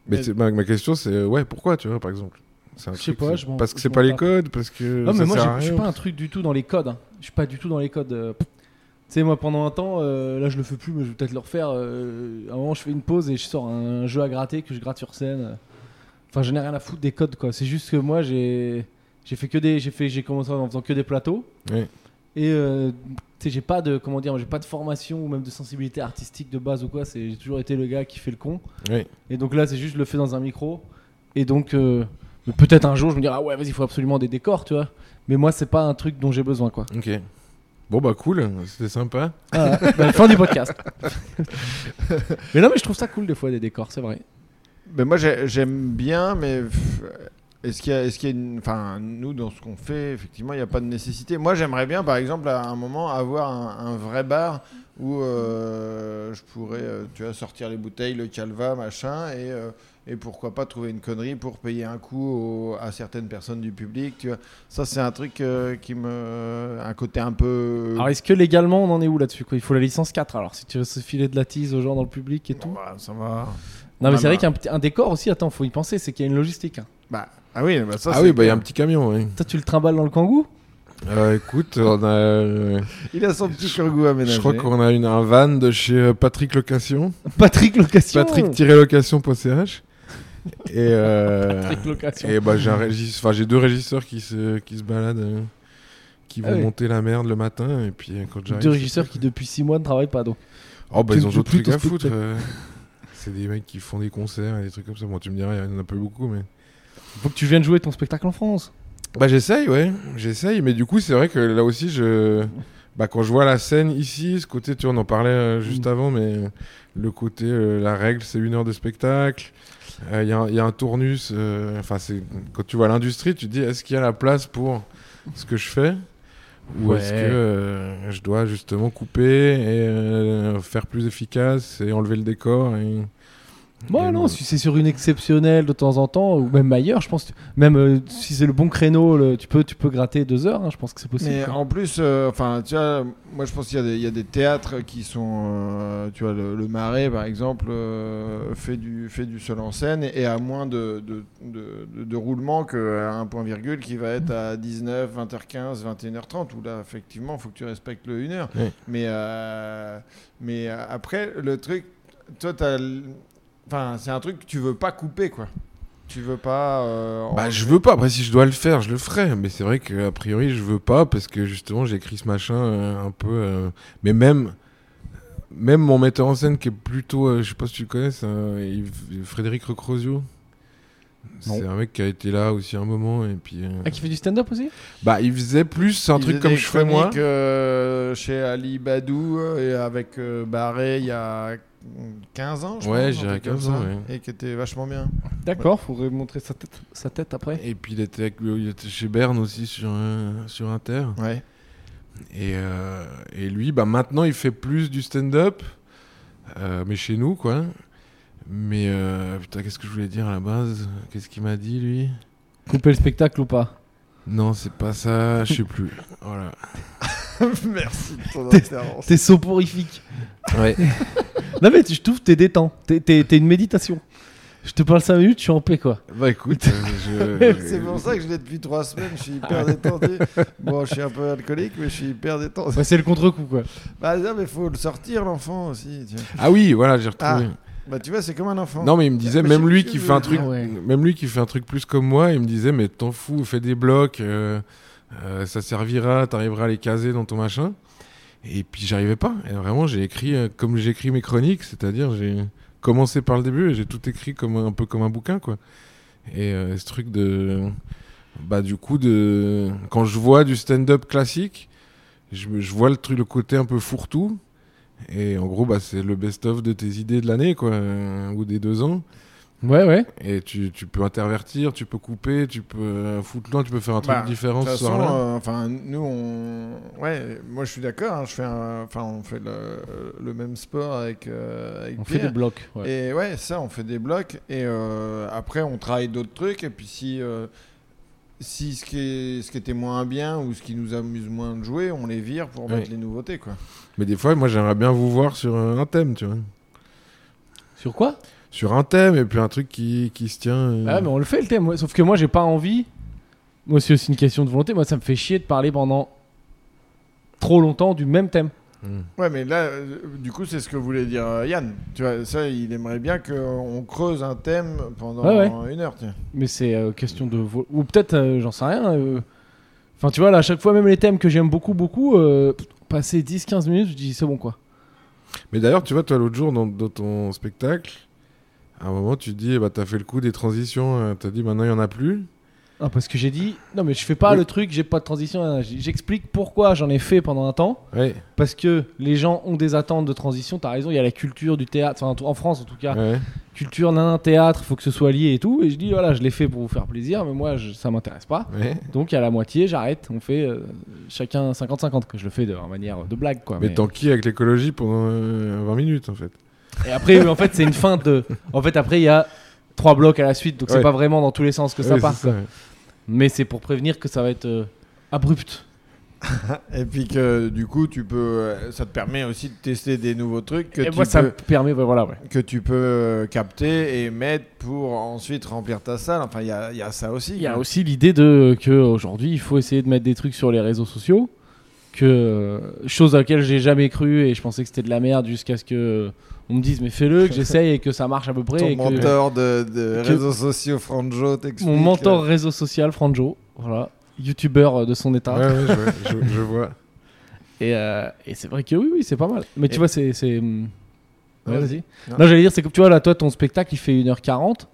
[SPEAKER 1] Mais
[SPEAKER 2] Mais-
[SPEAKER 1] c'est- ma, ma question, c'est euh, ouais, pourquoi, tu vois, par exemple C'est un
[SPEAKER 3] Je sais
[SPEAKER 1] truc,
[SPEAKER 3] pas,
[SPEAKER 1] c'est-
[SPEAKER 3] je m'en-
[SPEAKER 1] Parce que
[SPEAKER 3] je
[SPEAKER 1] c'est
[SPEAKER 3] m'en
[SPEAKER 1] pas les
[SPEAKER 3] tape.
[SPEAKER 1] codes, parce que.
[SPEAKER 3] Non,
[SPEAKER 1] ça
[SPEAKER 3] mais moi,
[SPEAKER 1] sert
[SPEAKER 3] j'ai-
[SPEAKER 1] à
[SPEAKER 3] je suis
[SPEAKER 1] rien.
[SPEAKER 3] pas un truc du tout dans les codes. hein. Je suis pas du tout dans les codes. euh, Tu sais, moi, pendant un temps, euh, là, je le fais plus, mais je vais peut-être le refaire. euh, à un moment, je fais une pause et je sors un jeu à gratter que je gratte sur scène. Enfin, je n'ai rien à foutre des codes, quoi. C'est juste que moi, j'ai j'ai fait que des, j'ai fait, j'ai commencé en faisant que des plateaux.
[SPEAKER 1] Ouais.
[SPEAKER 3] Et euh, tu sais, j'ai pas de, comment dire, j'ai pas de formation ou même de sensibilité artistique de base ou quoi. C'est j'ai toujours été le gars qui fait le con.
[SPEAKER 1] Oui.
[SPEAKER 3] Et donc là, c'est juste je le fais dans un micro. Et donc, euh, mais peut-être un jour, je me dirai, ah ouais, vas-y, il faut absolument des décors, tu vois. Mais moi, c'est pas un truc dont j'ai besoin, quoi.
[SPEAKER 1] Ok. Bon, bah cool, c'était sympa.
[SPEAKER 3] Voilà. *laughs* Bah, fin du podcast. mais non, mais je trouve ça cool des fois, des décors, c'est vrai.
[SPEAKER 2] Mais moi, j'ai- j'aime bien, mais pff, est-ce qu'il y a, est-ce qu'il y a une, enfin, nous dans ce qu'on fait, effectivement, il n'y a pas de nécessité. Moi, j'aimerais bien, par exemple, à un moment, avoir un, un vrai bar où euh, je pourrais, euh, tu vois, sortir les bouteilles, le calva, machin, et euh, et pourquoi pas trouver une connerie pour payer un coup au- à certaines personnes du public, tu vois. Ça, c'est un truc euh, qui me, un côté un peu.
[SPEAKER 3] Alors, est-ce que légalement, on en est où là-dessus, quoi Il faut la licence 4, alors, si tu veux se filer de la tease aux gens dans le public et tout.
[SPEAKER 2] Bon, bah, ça va.
[SPEAKER 3] non, mais c'est
[SPEAKER 2] bah,
[SPEAKER 3] vrai qu'un petit- un décor aussi, attends, faut y penser, c'est qu'il y a une logistique. hein.
[SPEAKER 2] Bah, ah oui, bah ça.
[SPEAKER 1] ah
[SPEAKER 2] c'est
[SPEAKER 1] oui, bah il y a un
[SPEAKER 2] clair.
[SPEAKER 1] petit camion, oui.
[SPEAKER 3] Toi, tu le trimbales dans le kangou *laughs*
[SPEAKER 1] Euh, écoute, on a, euh,
[SPEAKER 2] Il a son petit surgoût aménagé.
[SPEAKER 1] je crois qu'on a une, un van de chez euh, Patrick Location.
[SPEAKER 3] Patrick Location
[SPEAKER 1] Patrick-location.ch. et, euh,
[SPEAKER 3] Patrick Location.
[SPEAKER 1] et bah, j'ai, un régis- enfin, j'ai deux régisseurs qui se, qui se baladent, euh, qui
[SPEAKER 3] Ah
[SPEAKER 1] vont
[SPEAKER 3] oui.
[SPEAKER 1] monter la merde le matin. Et puis euh, quand j'arrive.
[SPEAKER 3] Deux
[SPEAKER 1] c'est-
[SPEAKER 3] régisseurs qui, depuis 6 mois, ne travaillent pas, donc.
[SPEAKER 1] Oh bah
[SPEAKER 3] Tu
[SPEAKER 1] ils ont
[SPEAKER 3] ne joues
[SPEAKER 1] d'autres
[SPEAKER 3] plus
[SPEAKER 1] trucs à
[SPEAKER 3] ton
[SPEAKER 1] foutre. euh. C'est des mecs qui font des concerts et des trucs comme ça. Moi tu me diras, il y en a pas beaucoup mais.
[SPEAKER 3] Faut que tu viennes jouer ton spectacle en France.
[SPEAKER 1] Bah j'essaye ouais, j'essaye. Mais du coup c'est vrai que là aussi je, bah quand je vois la scène ici, ce côté tu vois, on en parlait euh, juste
[SPEAKER 3] Mm.
[SPEAKER 1] avant, mais euh, le côté euh, la règle c'est une heure de spectacle. Euh, Il y, a un- il y a un tournus. euh, Enfin c'est quand tu vois l'industrie, tu te dis est-ce qu'il y a la place pour ce que je fais ou
[SPEAKER 3] Ouais.
[SPEAKER 1] est-ce que euh, je dois justement couper et euh, faire plus efficace et enlever le décor et...
[SPEAKER 3] Moi,
[SPEAKER 1] Et
[SPEAKER 3] Bah non,
[SPEAKER 1] non.
[SPEAKER 3] si c'est sur une exceptionnelle de temps en temps, ou même ailleurs, je pense. que- Même euh, si c'est le bon créneau, le- tu, peux, tu peux gratter deux heures, hein, je pense que c'est possible.
[SPEAKER 2] Mais
[SPEAKER 3] quoi.
[SPEAKER 2] en plus, euh, enfin, tu vois, moi je pense qu'il y a des- il y, a des théâtres qui sont, euh, tu vois, le, le Marais par exemple euh, fait du fait du seul en scène et à moins de de, de, de- de roulement qu'à un point virgule qui va être à 19, 20h15, 21h30 où là effectivement faut que tu respectes le 1h.
[SPEAKER 1] Oui.
[SPEAKER 2] Mais euh, mais euh, après le truc, toi t'as, l- enfin c'est un truc que tu veux pas couper quoi. Tu veux pas. euh, en-
[SPEAKER 1] Bah, je veux pas. Après, si je dois le faire, je le ferai. Mais c'est vrai que a priori, je veux pas parce que justement, j'ai écrit ce machin euh, un peu. euh, Mais même, même mon metteur en scène qui est plutôt, euh, je sais pas si tu le connais, c'est un- il- Frédéric Recrosio. C'est un mec qui a été là aussi un moment et puis. euh,
[SPEAKER 3] Ah, qui fait du stand-up aussi
[SPEAKER 1] Bah, il faisait plus un
[SPEAKER 2] Il
[SPEAKER 1] truc
[SPEAKER 2] faisait
[SPEAKER 1] comme
[SPEAKER 2] des
[SPEAKER 1] je fais moi.
[SPEAKER 2] chroniques, euh, chez Ali Badou euh, et avec euh, Barré il y a 15 ans, je
[SPEAKER 1] Ouais,
[SPEAKER 2] pense,
[SPEAKER 1] je
[SPEAKER 2] un
[SPEAKER 1] dirais
[SPEAKER 2] truc comme
[SPEAKER 1] 15
[SPEAKER 2] ça,
[SPEAKER 1] ans, ouais.
[SPEAKER 2] Et qui était vachement bien.
[SPEAKER 3] D'accord, faudrait montrer sa tête, sa tête après.
[SPEAKER 1] Et puis il était, avec- il était chez Berne aussi sur euh, sur Inter.
[SPEAKER 2] Ouais.
[SPEAKER 1] Et, euh, et lui, bah, maintenant, il fait plus du stand-up, euh, mais chez nous, quoi. Mais euh, putain, qu'est-ce que je voulais dire à la base Qu'est-ce qu'il m'a dit lui
[SPEAKER 3] Couper le spectacle ou pas
[SPEAKER 1] Non, c'est pas ça, je sais plus. Voilà.
[SPEAKER 2] *laughs* Merci de ton intervention.
[SPEAKER 3] C'est soporifique.
[SPEAKER 1] Ouais.
[SPEAKER 3] *laughs* Non mais tu- je trouve que t'es détente, t'es, t'es- t'es une méditation. Je te parle 5 minutes, je suis en paix quoi.
[SPEAKER 1] Bah écoute, euh, je-
[SPEAKER 2] C'est pour ça que je l'ai depuis trois semaines, je suis hyper
[SPEAKER 1] *laughs*
[SPEAKER 2] détendu. Bon, je suis un peu alcoolique, mais je suis hyper détendu.
[SPEAKER 3] Bah, c'est le contre-coup quoi.
[SPEAKER 2] Bah non, mais faut le sortir l'enfant aussi. tu vois.
[SPEAKER 1] Ah oui, voilà, j'ai retrouvé.
[SPEAKER 2] Bah tu vois, c'est comme un enfant.
[SPEAKER 1] Non mais il me disait
[SPEAKER 2] Mais
[SPEAKER 1] même
[SPEAKER 2] je-
[SPEAKER 1] lui
[SPEAKER 2] je-
[SPEAKER 1] qui fait un truc,
[SPEAKER 3] Ah ouais.
[SPEAKER 1] même lui qui fait un truc plus comme moi, il me disait mais t'en fous, fais des blocs, euh, euh, ça servira, t'arriveras à les caser dans ton machin. Et puis j'arrivais pas. Et vraiment j'ai écrit euh, comme j'écris mes chroniques, c'est-à-dire j'ai commencé par le début et j'ai tout écrit comme un un peu comme un bouquin quoi. Et euh, ce truc de bah du coup de quand je vois du stand-up classique, je, me- je vois le truc le côté un peu fourre-tout. Et en gros, bah, c'est le best-of de tes idées de l'année, quoi, euh, ou des deux ans.
[SPEAKER 3] Ouais ouais.
[SPEAKER 1] Et tu, tu peux intervertir, tu peux couper, tu peux euh, foutre loin, tu peux faire un
[SPEAKER 2] Bah,
[SPEAKER 1] truc différent
[SPEAKER 2] De toute
[SPEAKER 1] ce
[SPEAKER 2] façon,
[SPEAKER 1] soir-là.
[SPEAKER 2] euh, enfin, nous, on... ouais, moi je suis d'accord. hein, je fais, un- enfin, on fait le, le même sport avec. euh, avec
[SPEAKER 3] On fait
[SPEAKER 2] Pierre.
[SPEAKER 3] des blocs. ouais.
[SPEAKER 2] Et ouais, ça, on fait des blocs. Et euh, après, on travaille d'autres trucs. Et puis, si, euh, si ce, qui est- ce qui était moins bien ou ce qui nous amuse moins de jouer, on les vire pour
[SPEAKER 1] Oui.
[SPEAKER 2] mettre les nouveautés. Quoi.
[SPEAKER 1] Mais des fois, moi, j'aimerais bien vous voir sur euh, un thème, tu vois.
[SPEAKER 3] Sur quoi
[SPEAKER 1] Sur un thème, et puis un truc qui, qui se tient. euh.
[SPEAKER 3] Ah mais on le fait le thème. ouais. Sauf que moi j'ai pas envie. Moi c'est aussi une question de volonté. Moi ça me fait chier de parler pendant trop longtemps du même thème.
[SPEAKER 1] Mm.
[SPEAKER 2] Ouais, mais là, euh, du coup, c'est ce que voulait dire euh, Yann. Tu vois, ça, il aimerait bien qu'on creuse un thème pendant
[SPEAKER 3] Ouais,
[SPEAKER 2] une heure. Tiens.
[SPEAKER 3] Mais c'est euh, question de vo- ou peut-être euh, j'en sais rien. euh. Enfin tu vois là à chaque fois même les thèmes que j'aime beaucoup beaucoup euh, passer 10-15 minutes je dis c'est bon quoi.
[SPEAKER 1] Mais d'ailleurs, tu vois, toi, l'autre jour, dans, dans ton spectacle, à un moment, tu dis, eh bah, t'as fait le coup des transitions, euh, t'as dit, maintenant, il y en a plus.
[SPEAKER 3] Non, Ah, parce que j'ai dit. Non, mais je fais pas
[SPEAKER 1] Oui.
[SPEAKER 3] le truc, j'ai pas de transition. hein. J- J'explique pourquoi j'en ai fait pendant un temps.
[SPEAKER 1] Ouais,
[SPEAKER 3] Parce que les gens ont des attentes de transition. T'as raison, il y a la culture du théâtre. Enfin, en tout- en France, en tout cas.
[SPEAKER 1] ouais.
[SPEAKER 3] Culture, nanan, théâtre, faut que ce soit lié et tout. Et je dis, voilà, je l'ai fait pour vous faire plaisir, mais moi, je- ça m'intéresse pas.
[SPEAKER 1] ouais.
[SPEAKER 3] Donc, à la moitié, j'arrête. On fait euh, chacun 50-50. que Je le fais de manière de blague, quoi.
[SPEAKER 1] Mais,
[SPEAKER 3] mais-
[SPEAKER 1] tant qui avec l'écologie pendant euh, 20 minutes, en fait.
[SPEAKER 3] Et après, en fait, c'est une fin de. En fait, après, il y a trois blocs à la suite. Donc, c'est
[SPEAKER 1] Ouais.
[SPEAKER 3] pas vraiment dans tous les sens que ça
[SPEAKER 1] Ouais,
[SPEAKER 3] part.
[SPEAKER 1] c'est
[SPEAKER 3] quoi. Mais c'est pour prévenir que ça va être euh, abrupt.
[SPEAKER 2] Et puis que, du coup, tu peux, euh, ça te permet aussi de tester des nouveaux trucs que,
[SPEAKER 3] et
[SPEAKER 2] tu,
[SPEAKER 3] moi, ça me
[SPEAKER 2] peux,
[SPEAKER 3] permet. ouais, Voilà, ouais.
[SPEAKER 2] que tu peux euh, capter et mettre pour ensuite remplir ta salle. Enfin, il y a, il y a ça aussi.
[SPEAKER 3] Il y a
[SPEAKER 2] quoi.
[SPEAKER 3] aussi l'idée de euh, que aujourd'hui il faut essayer de mettre des trucs sur les réseaux sociaux, que euh, chose à laquelle j'ai jamais cru et je pensais que c'était de la merde jusqu'à ce que euh, on me dise mais fais-le, que j'essaye et que ça marche à peu près.
[SPEAKER 2] Ton
[SPEAKER 3] et que-
[SPEAKER 2] mentor de, de
[SPEAKER 3] que-
[SPEAKER 2] réseaux sociaux, Franjo, t'explique.
[SPEAKER 3] Mon mentor
[SPEAKER 2] euh,
[SPEAKER 3] réseau social Franjo, voilà, youtubeur euh, de son
[SPEAKER 1] Ouais,
[SPEAKER 3] état.
[SPEAKER 1] ouais, je vois- je- je vois. *laughs*
[SPEAKER 3] Et, euh, et c'est vrai que oui, oui, c'est pas mal. Mais tu
[SPEAKER 2] Et-
[SPEAKER 3] vois, c'est. c'est- hum, ouais,
[SPEAKER 2] Ouais,
[SPEAKER 3] vas-y.
[SPEAKER 2] Non.
[SPEAKER 3] Non, j'allais dire, c'est comme tu vois, là, toi, ton spectacle, il fait 1h40.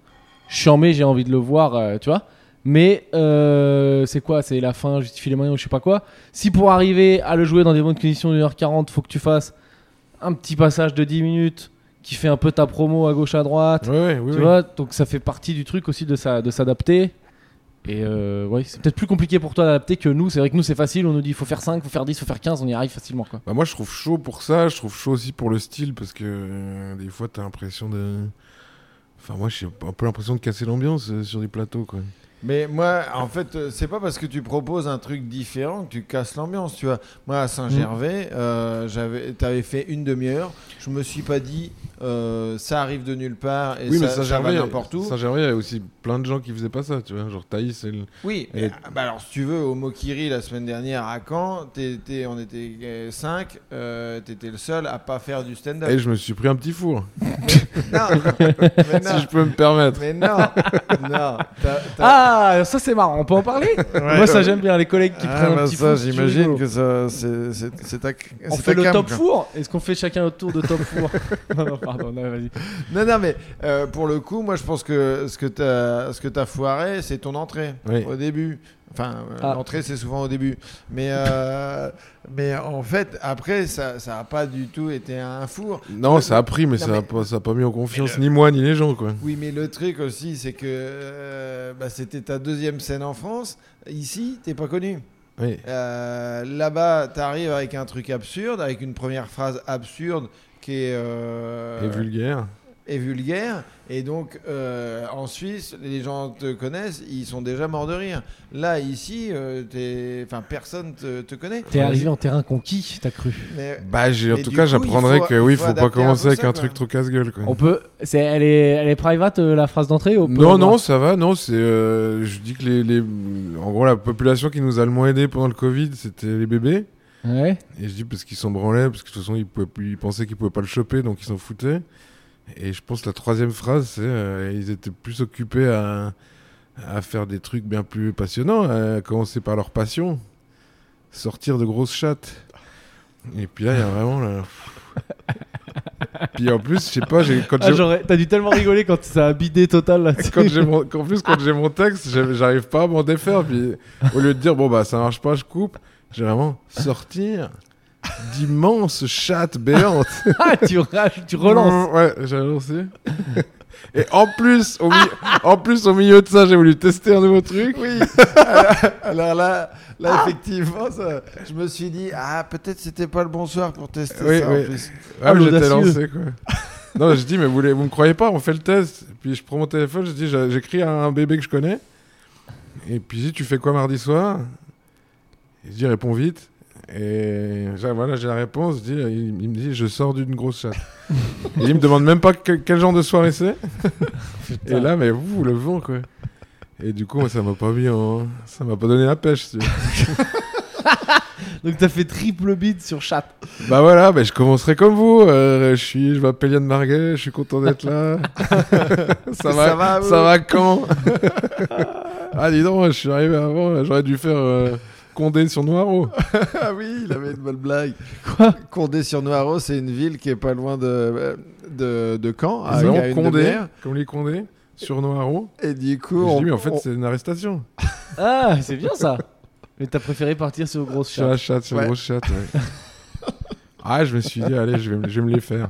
[SPEAKER 3] Je suis en mai, j'ai envie de le voir, euh, tu vois. Mais euh, c'est quoi C'est la fin, justifie les moyens ou je sais pas quoi. Si pour arriver à le jouer dans des bonnes conditions d'une heure 40 faut que tu fasses un petit passage de 10 minutes qui fait un peu ta promo à gauche à droite,
[SPEAKER 1] Ouais, ouais, oui,
[SPEAKER 3] tu
[SPEAKER 1] oui.
[SPEAKER 3] vois, donc ça fait partie du truc aussi de, sa- de s'adapter. Et euh, ouais, c'est peut-être plus compliqué pour toi d'adapter que nous. C'est vrai que nous, c'est facile. On nous dit, il faut faire 5, il faut faire 10, il faut faire 15. On y arrive facilement. Quoi.
[SPEAKER 1] Bah moi je trouve chaud pour ça, je trouve chaud aussi pour le style parce que euh, des fois t'as l'impression de... Enfin moi j'ai un peu l'impression de casser l'ambiance euh, sur des plateaux quoi.
[SPEAKER 2] Mais moi, en fait, euh, c'est pas parce que tu proposes un truc différent que tu casses l'ambiance, tu vois. Moi, à
[SPEAKER 3] Mm.
[SPEAKER 2] Saint-Gervais, euh, j'avais, t'avais fait une demi-heure. Je me suis pas dit, euh, ça arrive de nulle part et ça, ça va n'importe où.
[SPEAKER 1] Saint-Gervais il y avait aussi plein de gens qui faisaient pas ça, tu vois, genre Thaïs et le-
[SPEAKER 2] Oui.
[SPEAKER 1] Elle est-
[SPEAKER 2] ah, bah alors, si tu veux, au Mokiri la semaine dernière à Caen, t'étais- on était 5 t'étais le seul à pas faire du stand-up.
[SPEAKER 1] Et je me suis pris un petit four,
[SPEAKER 2] *laughs* Non, mais non,
[SPEAKER 1] si je peux me permettre.
[SPEAKER 2] mais non, non. T'as- t'as-
[SPEAKER 3] Ah, ça c'est marrant. On peut en parler Moi, ça j'aime bien les collègues qui
[SPEAKER 2] Ah,
[SPEAKER 3] prennent
[SPEAKER 2] bah
[SPEAKER 3] un petit
[SPEAKER 2] ça,
[SPEAKER 3] four, c'est toujours
[SPEAKER 2] j'imagine
[SPEAKER 3] rigolo.
[SPEAKER 2] que ça, c'est, c'est, c'est ta, c'est
[SPEAKER 3] On
[SPEAKER 2] ta
[SPEAKER 3] fait le
[SPEAKER 2] cam,
[SPEAKER 3] top
[SPEAKER 2] quoi.
[SPEAKER 3] four Est-ce qu'on fait chacun notre tour de top four Non, non, pardon, non, vas-y.
[SPEAKER 2] Non, non, mais euh, pour le coup, moi, je pense que ce que t'as, ce que t'as foiré, c'est ton entrée
[SPEAKER 1] Oui.
[SPEAKER 2] au début. Enfin, euh,
[SPEAKER 3] Ah.
[SPEAKER 2] l'entrée, c'est souvent au début. Mais, euh, *laughs* mais en fait, après, ça n'a pas du tout été un four.
[SPEAKER 1] Non ça a pris
[SPEAKER 2] Non,
[SPEAKER 1] mais, ça,
[SPEAKER 2] mais- euh,
[SPEAKER 1] A pas, ça a pas mis en confiance ni moi ni les gens quoi.
[SPEAKER 2] Oui, mais le truc aussi, c'est que euh, bah, c'était ta deuxième scène en France. Ici, t'es pas connu.
[SPEAKER 1] Oui.
[SPEAKER 2] Euh, Là-bas, t'arrives avec un truc absurde, avec une première phrase absurde qui est. euh,
[SPEAKER 1] Et vulgaire.
[SPEAKER 2] et vulgaire. Et donc, euh, en Suisse, les gens te connaissent, ils sont déjà morts de rire. Là, ici, euh, t'es- enfin, personne te, te connaît.
[SPEAKER 3] T'es arrivé en terrain conquis, t'as cru.
[SPEAKER 2] Mais-
[SPEAKER 1] Bah, j'ai- en
[SPEAKER 2] Et
[SPEAKER 1] tout
[SPEAKER 2] du
[SPEAKER 1] cas,
[SPEAKER 2] coup,
[SPEAKER 1] j'apprendrai
[SPEAKER 2] il faut-
[SPEAKER 1] que oui,
[SPEAKER 2] il faut
[SPEAKER 1] faut pas
[SPEAKER 2] adapter
[SPEAKER 1] commencer
[SPEAKER 2] un peu
[SPEAKER 1] avec
[SPEAKER 2] ça,
[SPEAKER 1] un
[SPEAKER 2] quoi.
[SPEAKER 1] truc trop casse-gueule. quoi.
[SPEAKER 3] On peut. C'est, elle est, elle est private euh, la phrase d'entrée ou on peut
[SPEAKER 1] Non,
[SPEAKER 3] avoir-
[SPEAKER 1] non, ça va, non, c'est. euh, je dis que les, les- En gros, la population qui nous a le moins aidé pendant le Covid, c'était les bébés.
[SPEAKER 3] Ouais.
[SPEAKER 1] Et je dis parce qu'ils s'en branlaient, parce que de toute façon, ils, pouvaient, plus- ils pensaient qu'ils pouvaient pas le choper, donc ils s'en foutaient. Et je pense que la troisième phrase, c'est euh, ils étaient plus occupés à, à faire des trucs bien plus passionnants, à commencer par leur passion, sortir de grosses chattes. Et puis là, il y a vraiment. là, puis en plus, je sais pas, j'ai- quand
[SPEAKER 3] Ah,
[SPEAKER 1] j'ai-
[SPEAKER 3] j'aurais- T'as dû tellement rigoler quand ça a bidé total là-dessus.
[SPEAKER 1] *laughs* quand j'ai mon, en plus, quand j'ai mon texte, j'ai- j'arrive pas à m'en défaire. Puis, au lieu de dire, bon, bah, ça marche pas, je coupe, j'ai vraiment sortir d'immenses chattes béantes.
[SPEAKER 3] *laughs*
[SPEAKER 2] *laughs*
[SPEAKER 3] Ah, tu, rages, tu relances.
[SPEAKER 1] *laughs* Ouais, j'ai relancé. Et en plus, au, mi- en plus, au milieu de ça, j'ai voulu tester un nouveau truc. Ah.
[SPEAKER 2] Oui. *laughs* Alors- Alors là, là effectivement, ça- je me suis dit ah peut-être c'était pas le bon soir pour tester
[SPEAKER 1] Oui,
[SPEAKER 2] ça. En
[SPEAKER 1] oui.
[SPEAKER 2] plus.
[SPEAKER 1] Ah,
[SPEAKER 3] Ah,
[SPEAKER 1] mais j'étais
[SPEAKER 3] l'audacieux.
[SPEAKER 1] lancé, quoi. *laughs* Non, je dis, mais vous, les- vous me croyez pas, on fait le test. Puis je prends mon téléphone, je dis, j'a- j'écris à un bébé que je connais. Et puis je dis, tu fais quoi mardi soir Il dit, réponds vite. Et j'ai- voilà, j'ai la réponse. Je dis, il, il me dit, je sors d'une grosse chatte. Et il me demande même pas que- quel genre de soirée c'est. Et là, mais vous, le vent, quoi. Et du coup, moi, ça m'a pas mis en... Ça m'a pas donné la pêche. tu vois.
[SPEAKER 3] Donc t'as fait triple bid sur chat.
[SPEAKER 1] bah voilà, mais je commencerai comme vous. euh, je suis, je m'appelle Yann Marguet, je suis content d'être là. ça va,
[SPEAKER 2] Ça va, oui.
[SPEAKER 1] ça
[SPEAKER 2] *laughs*
[SPEAKER 1] va quand Ah dis donc, je suis arrivé avant, j'aurais dû faire euh, Condé sur Noireau.
[SPEAKER 2] ah oui, il avait une bonne blague. Quoi Condé sur Noireau, c'est une ville qui est pas loin de de, de Caen.
[SPEAKER 1] Ils
[SPEAKER 2] à-
[SPEAKER 1] ont
[SPEAKER 2] à une
[SPEAKER 1] Condé,
[SPEAKER 2] demi-heure.
[SPEAKER 1] comme les Condés, sur Noireau.
[SPEAKER 2] Et du coup,
[SPEAKER 1] Je
[SPEAKER 2] on,
[SPEAKER 1] dis mais en fait
[SPEAKER 2] on-
[SPEAKER 1] c'est une arrestation.
[SPEAKER 3] Ah, c'est bien ça. Mais t'as préféré partir sur grosse
[SPEAKER 1] Sur
[SPEAKER 3] chat.
[SPEAKER 1] la chatte, sur
[SPEAKER 2] Ouais.
[SPEAKER 1] la grosse chatte.
[SPEAKER 2] *laughs*
[SPEAKER 1] ouais. ah je me suis dit allez je vais, me- je vais me les faire.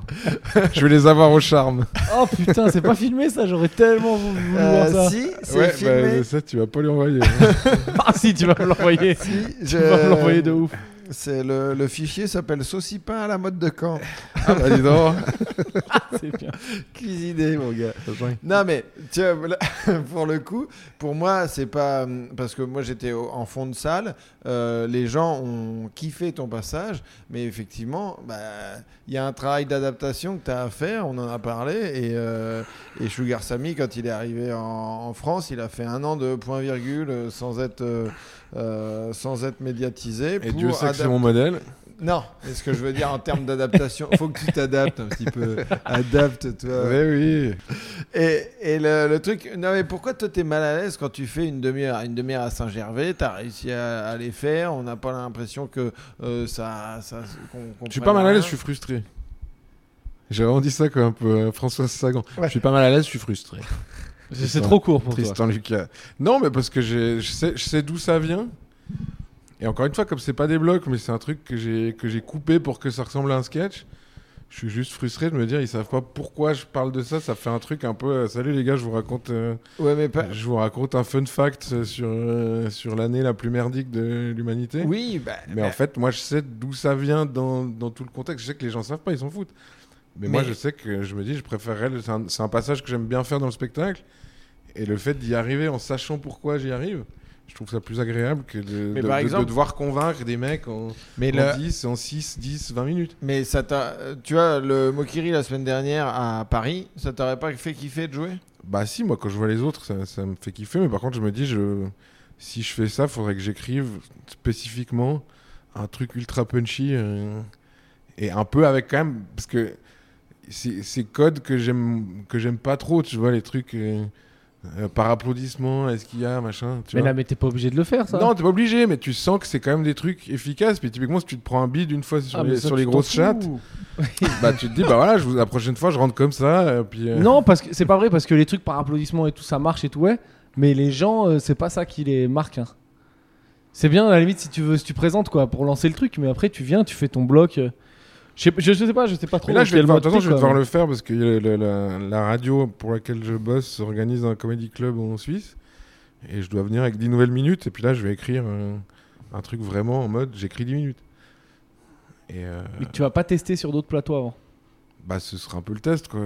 [SPEAKER 1] Je vais les avoir au charme.
[SPEAKER 3] Oh putain, c'est pas filmé ça. J'aurais tellement vou- voulu voir
[SPEAKER 2] Euh,
[SPEAKER 3] ça.
[SPEAKER 2] si *laughs* c'est
[SPEAKER 1] Ouais,
[SPEAKER 2] filmé.
[SPEAKER 1] bah, ça tu vas pas
[SPEAKER 2] *laughs*
[SPEAKER 1] lui envoyer.
[SPEAKER 3] Ah si, tu vas me l'envoyer. *laughs* tu
[SPEAKER 2] si, je-
[SPEAKER 3] vas me l'envoyer de ouf.
[SPEAKER 2] C'est le, le fichier s'appelle Saucipin à la mode de Caen.
[SPEAKER 1] *laughs* ah bah dis donc.
[SPEAKER 3] C'est bien.
[SPEAKER 2] *laughs* Cuisiné, mon gars. Non mais tiens voilà, *laughs* pour le coup pour moi c'est pas hum, parce que moi j'étais au- en fond de salle euh, les gens ont kiffé ton passage mais effectivement bah, il y a un travail d'adaptation que tu as à faire on en a parlé et, euh, et Sugar Sammy quand il est arrivé en, en France il a fait un an de point virgule euh, sans être euh, euh, sans être médiatisé
[SPEAKER 1] Et
[SPEAKER 2] pour
[SPEAKER 1] Dieu sait que c'est
[SPEAKER 2] adap-
[SPEAKER 1] mon modèle.
[SPEAKER 2] non mais ce que je veux dire en termes d'adaptation faut que tu t'adaptes un petit peu adapte toi
[SPEAKER 1] Ouais, Eh oui.
[SPEAKER 2] et, et le, le truc, non mais pourquoi toi t'es mal à l'aise quand tu fais une demi-heure, une demi-heure à Saint-Gervais, t'as réussi à, à les faire, on n'a pas l'impression que euh, ça, ça qu'on- qu'on
[SPEAKER 1] Je suis
[SPEAKER 2] prenne
[SPEAKER 1] pas mal à l'aise,
[SPEAKER 2] rien.
[SPEAKER 1] je suis frustré. J'ai vraiment dit ça comme un peu euh, Françoise Sagan.
[SPEAKER 2] Ouais.
[SPEAKER 1] Je suis pas mal à l'aise, je suis frustré.
[SPEAKER 3] C'est c'est trop court pour toi.
[SPEAKER 1] Tristan Lucas. Non, mais parce que j'ai- je sais, je sais d'où ça vient. Et encore une fois, comme c'est pas des blocs, mais c'est un truc que j'ai que j'ai coupé pour que ça ressemble à un sketch. Je suis juste frustré de me dire ils savent pas pourquoi je parle de ça. Ça fait un truc un peu. euh, Salut les gars, je vous raconte. euh,
[SPEAKER 2] Ouais mais pas.
[SPEAKER 1] je vous raconte un fun fact euh, sur euh, sur l'année la plus merdique de l'humanité.
[SPEAKER 2] Oui, bah,
[SPEAKER 1] Mais euh, en fait, moi, je sais d'où ça vient dans, dans tout le contexte. Je sais que les gens savent pas, ils s'en foutent. Mais, moi,
[SPEAKER 2] Mais-
[SPEAKER 1] je sais que je me dis, je préférerais. le- C'est un, c'est un passage que j'aime bien faire dans le spectacle. Et le fait d'y arriver en sachant pourquoi j'y arrive, je trouve ça plus agréable que de,
[SPEAKER 2] Mais
[SPEAKER 1] de-
[SPEAKER 2] par
[SPEAKER 1] de- de
[SPEAKER 2] exemple-
[SPEAKER 1] devoir convaincre des mecs en,
[SPEAKER 2] mais
[SPEAKER 1] en
[SPEAKER 2] le,
[SPEAKER 1] 10, en 6, 10, 20 minutes.
[SPEAKER 2] mais ça t'a, tu vois, le Mokiri la semaine dernière à Paris, ça t'aurait pas fait kiffer de jouer
[SPEAKER 1] Bah, si, moi, quand je vois les autres, ça, ça me fait kiffer. Mais par contre, je me dis, je, si je fais ça, faudrait que j'écrive spécifiquement un truc ultra punchy. euh, et un peu avec quand même. Parce que c'est c'est code que j'aime que j'aime pas trop, tu vois, les trucs euh, euh, par applaudissement, est-ce qu'il y a, machin. Tu
[SPEAKER 3] Mais
[SPEAKER 1] vois.
[SPEAKER 3] là, mais t'es pas obligé de le faire ça.
[SPEAKER 1] Non, t'es pas obligé, mais tu sens que c'est quand même des trucs efficaces. Puis typiquement, si tu te prends un bid une fois sur
[SPEAKER 3] Ah, mais
[SPEAKER 1] les,
[SPEAKER 3] ça,
[SPEAKER 1] sur
[SPEAKER 3] tu
[SPEAKER 1] les
[SPEAKER 3] t'en
[SPEAKER 1] grosses
[SPEAKER 3] fous.
[SPEAKER 1] chattes, bah tu te dis, bah voilà, je vous, la prochaine fois, je rentre comme ça. euh, puis, euh,
[SPEAKER 3] Non, parce que c'est pas vrai parce que les trucs par applaudissement et tout ça marche et tout ouais, mais les gens euh, c'est pas ça qui les marque. hein. C'est bien à la limite si tu veux si tu présentes quoi pour lancer le truc, mais après tu viens tu fais ton bloc. euh, Je sais, je- je sais pas, je sais pas trop.
[SPEAKER 1] Mais là, je vais,
[SPEAKER 3] quel
[SPEAKER 1] devoir,
[SPEAKER 3] mode
[SPEAKER 1] de toute façon,
[SPEAKER 3] t'es,
[SPEAKER 1] je vais
[SPEAKER 3] quoi.
[SPEAKER 1] devoir le faire parce que le- le- la, la radio pour laquelle je bosse organise un comedy club en Suisse. Et je dois venir avec 10 nouvelles minutes. Et puis là, je vais écrire euh, un truc vraiment en mode j'écris 10 minutes. Et euh,
[SPEAKER 3] Mais tu vas pas tester sur d'autres plateaux avant.
[SPEAKER 1] bah, ce sera un peu le test. Quoi.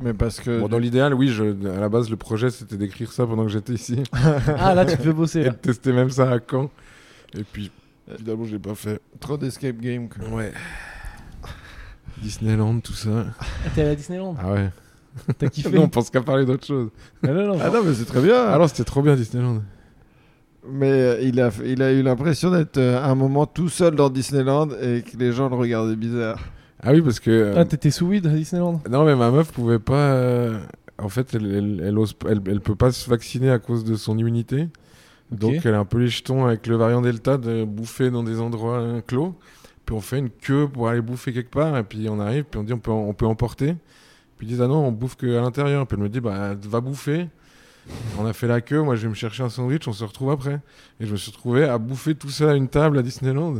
[SPEAKER 2] Mais parce que.
[SPEAKER 1] Bon, dans l'idéal, oui, je- à la base, le projet, c'était d'écrire ça pendant que j'étais ici
[SPEAKER 3] Ah là, tu te fais bosser
[SPEAKER 1] et de *laughs*
[SPEAKER 3] là.
[SPEAKER 1] tester même ça à Caen. Et puis, évidemment, je l'ai pas fait.
[SPEAKER 2] Trop d'escape game. quoi.
[SPEAKER 1] Ouais. Disneyland, tout ça.
[SPEAKER 3] Ah, T'es allé à Disneyland.
[SPEAKER 1] Ah ouais.
[SPEAKER 3] T'as kiffé
[SPEAKER 1] Non, on pense qu'à parler d'autre chose.
[SPEAKER 3] Ah non, non.
[SPEAKER 2] Ah non, mais c'est très bien.
[SPEAKER 1] Alors, c'était trop bien Disneyland.
[SPEAKER 2] Mais euh, il a, il a eu l'impression d'être euh, à un moment tout seul dans Disneyland et que les gens le regardaient bizarre.
[SPEAKER 1] Ah oui, parce que. euh,
[SPEAKER 3] Ah, t'étais sous weed à Disneyland.
[SPEAKER 1] Non, mais ma meuf pouvait pas. euh, En fait, elle, elle, elle ose pas- elle- elle peut pas se vacciner à cause de son immunité. Donc, elle a un peu les jetons avec le variant Delta de bouffer dans des endroits euh, clos. Puis on fait une queue pour aller bouffer quelque part. Et puis on arrive, puis on dit on peut, en- on peut emporter. Puis ils disent ah non, on bouffe qu'à l'intérieur. Puis elle me dit bah va bouffer. On a fait la queue, moi je vais me chercher un sandwich, on se retrouve après. Et je me suis retrouvé à bouffer tout seul à une table à Disneyland.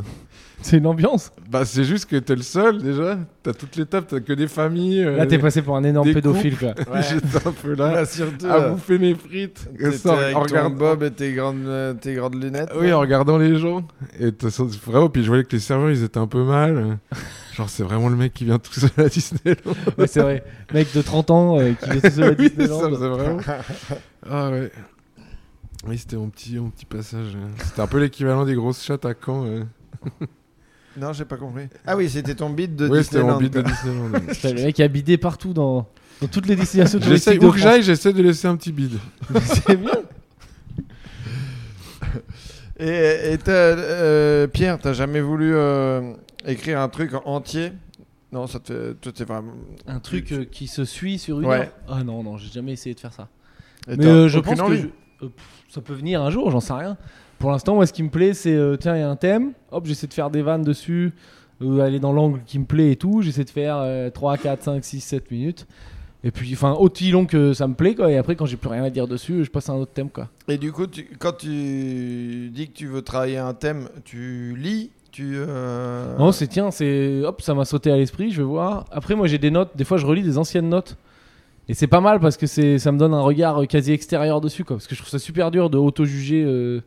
[SPEAKER 3] C'est une ambiance.
[SPEAKER 1] Bah c'est juste que t'es le seul déjà, t'as toutes les tables, t'as que des familles. euh,
[SPEAKER 3] Là, t'es passé pour un énorme
[SPEAKER 1] des
[SPEAKER 3] pédophile quoi.
[SPEAKER 1] *laughs*
[SPEAKER 2] *laughs*
[SPEAKER 1] J'étais un peu là
[SPEAKER 2] Là, surtout.
[SPEAKER 1] à
[SPEAKER 2] euh,
[SPEAKER 1] bouffer mes frites.
[SPEAKER 2] t'étais
[SPEAKER 1] Ça,
[SPEAKER 2] avec
[SPEAKER 1] en
[SPEAKER 2] ton
[SPEAKER 1] regardant-
[SPEAKER 2] Bob et tes grandes, euh, tes grandes lunettes.
[SPEAKER 1] Oui, en regardant les gens. Et t'as senti- vraiment, puis je voyais que les serveurs, ils étaient un peu mal. Genre, c'est vraiment le mec qui vient tout seul à Disneyland.
[SPEAKER 2] *laughs*
[SPEAKER 3] Ouais, c'est vrai. Mec de 30 ans euh, qui vient tout seul à
[SPEAKER 1] *laughs* oui, ça
[SPEAKER 3] Disneyland.
[SPEAKER 1] faisait vraiment. Ah ouais. Oui, c'était mon petit, mon petit passage. hein. C'était un peu l'équivalent des grosses chattes à Caen. hein.
[SPEAKER 2] Non, j'ai pas compris. Ah oui, c'était ton beat de
[SPEAKER 1] Oui, c'était
[SPEAKER 2] Disneyland.
[SPEAKER 1] mon bide de
[SPEAKER 2] quoi.
[SPEAKER 1] Disneyland.
[SPEAKER 2] *laughs*
[SPEAKER 3] Putain, le mec a bidé partout dans, dans toutes les destinations
[SPEAKER 1] J'essaie,
[SPEAKER 3] touristiques.
[SPEAKER 1] où
[SPEAKER 3] de
[SPEAKER 1] que
[SPEAKER 3] France.
[SPEAKER 1] j'aille, j'essaie de laisser un petit bide.
[SPEAKER 3] C'est bien.
[SPEAKER 2] Et, et t'as, euh, Pierre, t'as jamais voulu euh, écrire un truc en entier Non, ça te fait. Toi, t'es vraiment.
[SPEAKER 3] Un truc euh, qui se suit sur une
[SPEAKER 2] Ouais.
[SPEAKER 3] heure. Ah non, non, j'ai jamais essayé de faire ça.
[SPEAKER 2] et
[SPEAKER 3] Mais
[SPEAKER 2] t'as
[SPEAKER 3] euh, je
[SPEAKER 2] aucune
[SPEAKER 3] pense que
[SPEAKER 2] envie.
[SPEAKER 3] je- euh, pff, ça peut venir un jour, j'en sais rien. Pour l'instant, moi, ce qui me plaît, c'est euh, tiens, il y a un thème, hop, j'essaie de faire des vannes dessus, euh, aller dans l'angle qui me plaît et tout. J'essaie de faire euh, 3, 4, 5, 6, 7 minutes. Et puis, enfin, aussi long que ça me plaît, quoi. Et après, quand j'ai plus rien à dire dessus, je passe à un autre thème, quoi.
[SPEAKER 2] Et du coup, tu- quand tu dis que tu veux travailler un thème, tu lis, tu. euh,
[SPEAKER 3] Non, c'est tiens, c'est hop, ça m'a sauté à l'esprit, je vais voir. Après, moi j'ai des notes, des fois je relis des anciennes notes. Et c'est pas mal parce que c'est ça me donne un regard euh, quasi extérieur dessus quoi parce que je trouve ça super dur de auto-juger euh,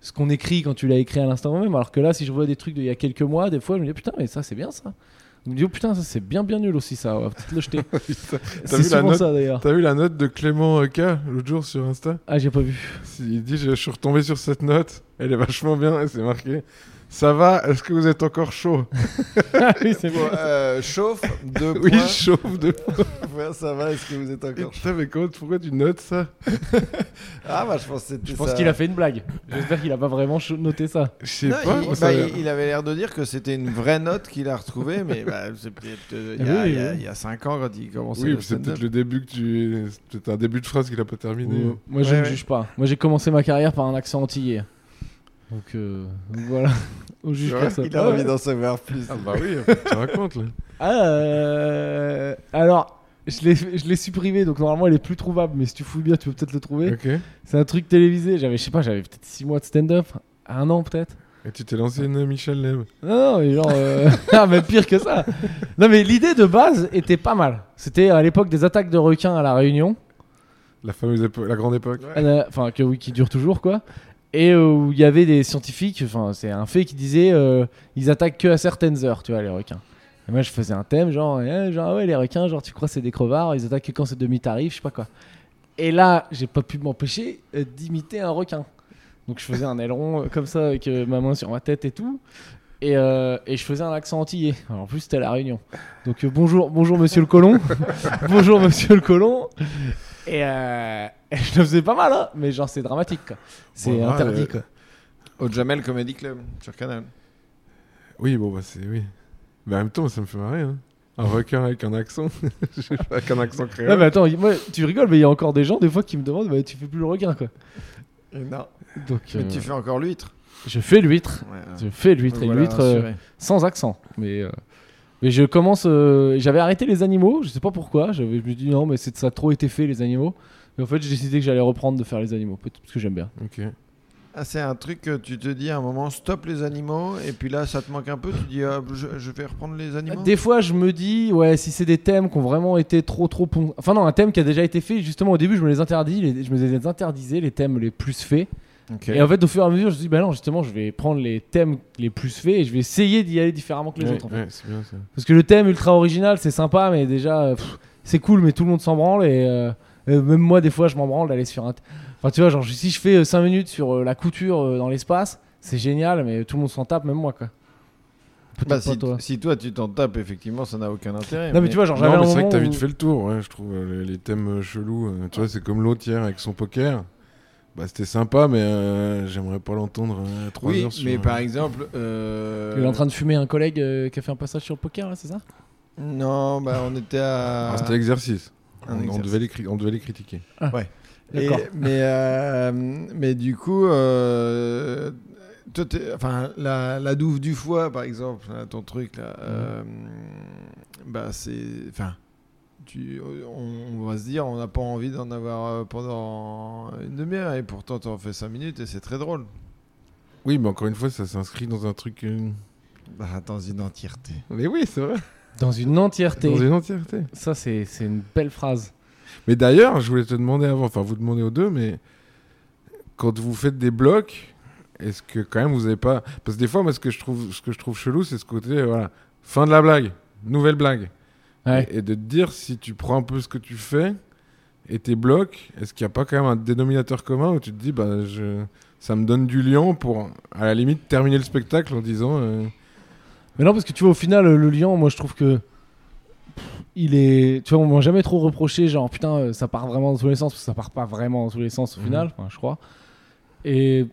[SPEAKER 3] ce qu'on écrit quand tu l'as écrit à l'instant même alors que là si je vois des trucs d'il y a quelques mois, des fois je me dis putain mais ça c'est bien ça. Je me dis oh putain ça c'est bien bien nul aussi ça, on va peut-être le jeter. c'est
[SPEAKER 1] vu la
[SPEAKER 3] souvent
[SPEAKER 1] note
[SPEAKER 3] ça d'ailleurs.
[SPEAKER 1] T'as vu la note de Clément euh, K l'autre jour sur Insta
[SPEAKER 3] Ah, j'ai pas vu.
[SPEAKER 1] Il dit je, je suis retombé sur cette note, elle est vachement bien, et c'est marqué. Ça va, est-ce que vous êtes encore chaud
[SPEAKER 3] ah oui, c'est bien.
[SPEAKER 2] euh, chauffe, deux
[SPEAKER 1] Oui,
[SPEAKER 2] points.
[SPEAKER 1] chauffe de
[SPEAKER 2] Ouais, ça va, est-ce que vous êtes encore chaud
[SPEAKER 1] Putain, mais comment, pourquoi tu notes ça
[SPEAKER 2] Ah, bah, je pense que c'était
[SPEAKER 3] Je pense
[SPEAKER 2] ça.
[SPEAKER 3] qu'il a fait une blague. J'espère qu'il a pas vraiment ch- noté ça.
[SPEAKER 1] Je sais
[SPEAKER 2] Non, il,
[SPEAKER 1] pas. moi,
[SPEAKER 2] bah,
[SPEAKER 1] ça a l'air-
[SPEAKER 2] il- il avait l'air de dire que c'était une vraie note qu'il a retrouvée, mais bah, c'est peut-être euh, il y
[SPEAKER 3] Ah
[SPEAKER 2] a-
[SPEAKER 3] oui,
[SPEAKER 2] il y a-
[SPEAKER 3] oui.
[SPEAKER 2] il y a 5 ans quand il commençait
[SPEAKER 1] Oui,
[SPEAKER 2] le
[SPEAKER 1] c'est
[SPEAKER 2] stand-up.
[SPEAKER 1] peut-être le début que tu. C'est un début de phrase qu'il a pas terminé.
[SPEAKER 3] Ouais, Euh, Moi, je
[SPEAKER 2] Ouais,
[SPEAKER 3] ne
[SPEAKER 2] ouais.
[SPEAKER 3] juge pas. Moi, j'ai commencé ma carrière par un accent antillais. Donc, euh, donc voilà. *laughs* On juge
[SPEAKER 1] C'est vrai
[SPEAKER 3] personne.
[SPEAKER 2] Il a
[SPEAKER 3] Ah ouais.
[SPEAKER 2] envie d'en savoir plus.
[SPEAKER 1] Ah bah oui, tu te racontes là.
[SPEAKER 3] Ah, euh, alors, je l'ai je l'ai supprimé, donc normalement, il est plus trouvable. Mais si tu fouilles bien, tu peux peut-être le trouver.
[SPEAKER 1] Ok.
[SPEAKER 3] C'est un truc télévisé. J'avais, je sais pas, j'avais peut-être 6 mois de stand-up. Un an, peut-être.
[SPEAKER 1] Et tu t'es lancé une euh, Michel Leb.
[SPEAKER 3] Non, non, mais genre. euh, *laughs* ah, mais pire que ça. Non, mais l'idée de base était pas mal. C'était à l'époque des attaques de requins à La Réunion.
[SPEAKER 1] La fameuse époque, la grande époque.
[SPEAKER 2] Ouais.
[SPEAKER 3] Euh, enfin que oui qui dure toujours quoi et euh, où il y avait des scientifiques enfin c'est un fait qui disait euh, ils attaquent que à certaines heures tu vois les requins et moi je faisais un thème genre eh, genre ah ouais les requins genre tu crois que c'est des crevards ils attaquent que quand c'est demi tarif je sais pas quoi et là j'ai pas pu m'empêcher euh, d'imiter un requin donc je faisais un aileron euh, comme ça avec euh, ma main sur ma tête et tout et, euh, et je faisais un accent antillais. Alors, en plus, c'était à la Réunion. Donc euh, bonjour, bonjour Monsieur le colon. bonjour Monsieur le colon. Et euh, *laughs* je le faisais pas mal, hein, mais genre c'est dramatique, quoi. C'est
[SPEAKER 1] Ouais, bah, euh,
[SPEAKER 3] interdit,
[SPEAKER 1] ouais.
[SPEAKER 3] quoi.
[SPEAKER 2] Au Jamel Comedy Club sur Canal.
[SPEAKER 1] Oui, bon bah c'est oui. Mais en même temps, ça me fait marrer. Hein. Un requin avec un accent, *laughs* Je sais pas, avec un accent
[SPEAKER 3] Ouais, mais
[SPEAKER 1] créole.
[SPEAKER 3] attends, il- moi, tu rigoles, mais il y a encore des gens des fois qui me demandent, bah, tu fais plus le requin, quoi.
[SPEAKER 2] Non,
[SPEAKER 3] Donc
[SPEAKER 2] mais
[SPEAKER 3] euh,
[SPEAKER 2] tu fais encore l'huître.
[SPEAKER 3] je fais l'huître,
[SPEAKER 2] Ouais, ouais.
[SPEAKER 3] je fais l'huître et
[SPEAKER 2] Voilà,
[SPEAKER 3] l'huître euh,
[SPEAKER 2] rassuré.
[SPEAKER 3] sans accent, mais. euh, Mais je commence. euh, J'avais arrêté les animaux, je sais pas pourquoi. J'avais, je me dis non, mais c'est ça a trop été fait les animaux. Mais en fait, j'ai décidé que j'allais reprendre de faire les animaux, peut-être parce que j'aime bien.
[SPEAKER 1] Ok.
[SPEAKER 2] Ah, c'est un truc que tu te dis à un moment, stop les animaux, et puis là, ça te manque un peu, tu dis, ah, je, je vais reprendre les animaux.
[SPEAKER 3] Des fois, je me dis, ouais, si c'est des thèmes qui ont vraiment été trop, trop. pon- Enfin, non, un thème qui a déjà été fait, justement, au début, je me les interdis, les- je me les interdisais, les thèmes les plus faits.
[SPEAKER 2] Ok.
[SPEAKER 3] Et en fait, au fur et à mesure, je me dis, bah non, justement, je vais prendre les thèmes les plus faits et je vais essayer d'y aller différemment que les
[SPEAKER 1] Ouais,
[SPEAKER 3] autres. en fait.
[SPEAKER 1] ouais, c'est bien ça.
[SPEAKER 3] Parce que le thème ultra original, c'est sympa, mais déjà, euh, pff, c'est cool, mais tout le monde s'en branle et euh, euh, même moi, des fois, je m'en branle d'aller sur un. Enfin, tu vois, genre, si je fais 5 minutes sur euh, la couture euh, dans l'espace, c'est génial, mais tout le monde s'en tape, même moi, quoi. Peut-être
[SPEAKER 2] Bah,
[SPEAKER 3] pas
[SPEAKER 2] si,
[SPEAKER 3] toi.
[SPEAKER 2] si toi tu t'en tapes, effectivement, ça n'a aucun intérêt.
[SPEAKER 3] Non, mais tu vois, genre, j'avais
[SPEAKER 1] Non,
[SPEAKER 3] un
[SPEAKER 1] mais c'est vrai que
[SPEAKER 3] moment
[SPEAKER 1] t'as vite
[SPEAKER 3] où-
[SPEAKER 1] fait le tour, ouais, je trouve, euh, les, les thèmes euh, chelous. euh, tu vois, c'est comme l'autre hier avec son poker. Bah, c'était sympa, mais euh, j'aimerais pas l'entendre euh, trois
[SPEAKER 2] Oui,
[SPEAKER 1] heures sur.
[SPEAKER 2] mais
[SPEAKER 1] euh,
[SPEAKER 2] par exemple. euh,
[SPEAKER 3] Il est en train de fumer un collègue euh, qui a fait un passage sur le poker, là, c'est ça
[SPEAKER 2] Non, bah, on était à.
[SPEAKER 1] Ah, c'était l'exercice.
[SPEAKER 2] Un
[SPEAKER 1] On, on
[SPEAKER 2] exercice.
[SPEAKER 1] devait les cri- on devait les critiquer.
[SPEAKER 2] Et-
[SPEAKER 3] *laughs* D'accord.
[SPEAKER 2] mais, euh, mais du coup, euh, toi, t'es- enfin, la, la douve du foie, par exemple, là, ton truc là, euh, bah, c'est, enfin, tu, on, on va se dire, on n'a pas envie d'en avoir euh, pendant une demi-heure, et pourtant, t'en fais cinq minutes, et c'est très drôle.
[SPEAKER 1] Oui, mais encore une fois, ça s'inscrit dans un truc. euh,
[SPEAKER 2] Bah, dans une entièreté.
[SPEAKER 1] Mais oui, c'est vrai.
[SPEAKER 3] Dans une entièreté.
[SPEAKER 1] Dans une entièreté.
[SPEAKER 3] Ça, c'est c'est une belle phrase.
[SPEAKER 1] Mais d'ailleurs, je voulais te demander avant, enfin vous demander aux deux, mais quand vous faites des blocs, est-ce que quand même vous avez pas Parce que des fois, moi, ce que je trouve, ce que je trouve chelou, c'est ce côté, euh, voilà, fin de la blague, nouvelle blague,
[SPEAKER 3] Ouais.
[SPEAKER 1] et, et de te dire si tu prends un peu ce que tu fais et tes blocs, est-ce qu'il n'y a pas quand même un dénominateur commun où tu te dis, bah, je... ça me donne du lion pour, à la limite, terminer le spectacle en disant, euh,
[SPEAKER 3] Mais non, parce que tu vois, au final, euh, le lion, moi, je trouve que. pff, Il est. Tu vois, on m'a jamais trop reproché, genre, putain, euh, ça part vraiment dans tous les sens, parce que ça part pas vraiment dans tous les sens au
[SPEAKER 1] Mhm.
[SPEAKER 3] final, enfin, je crois. Et.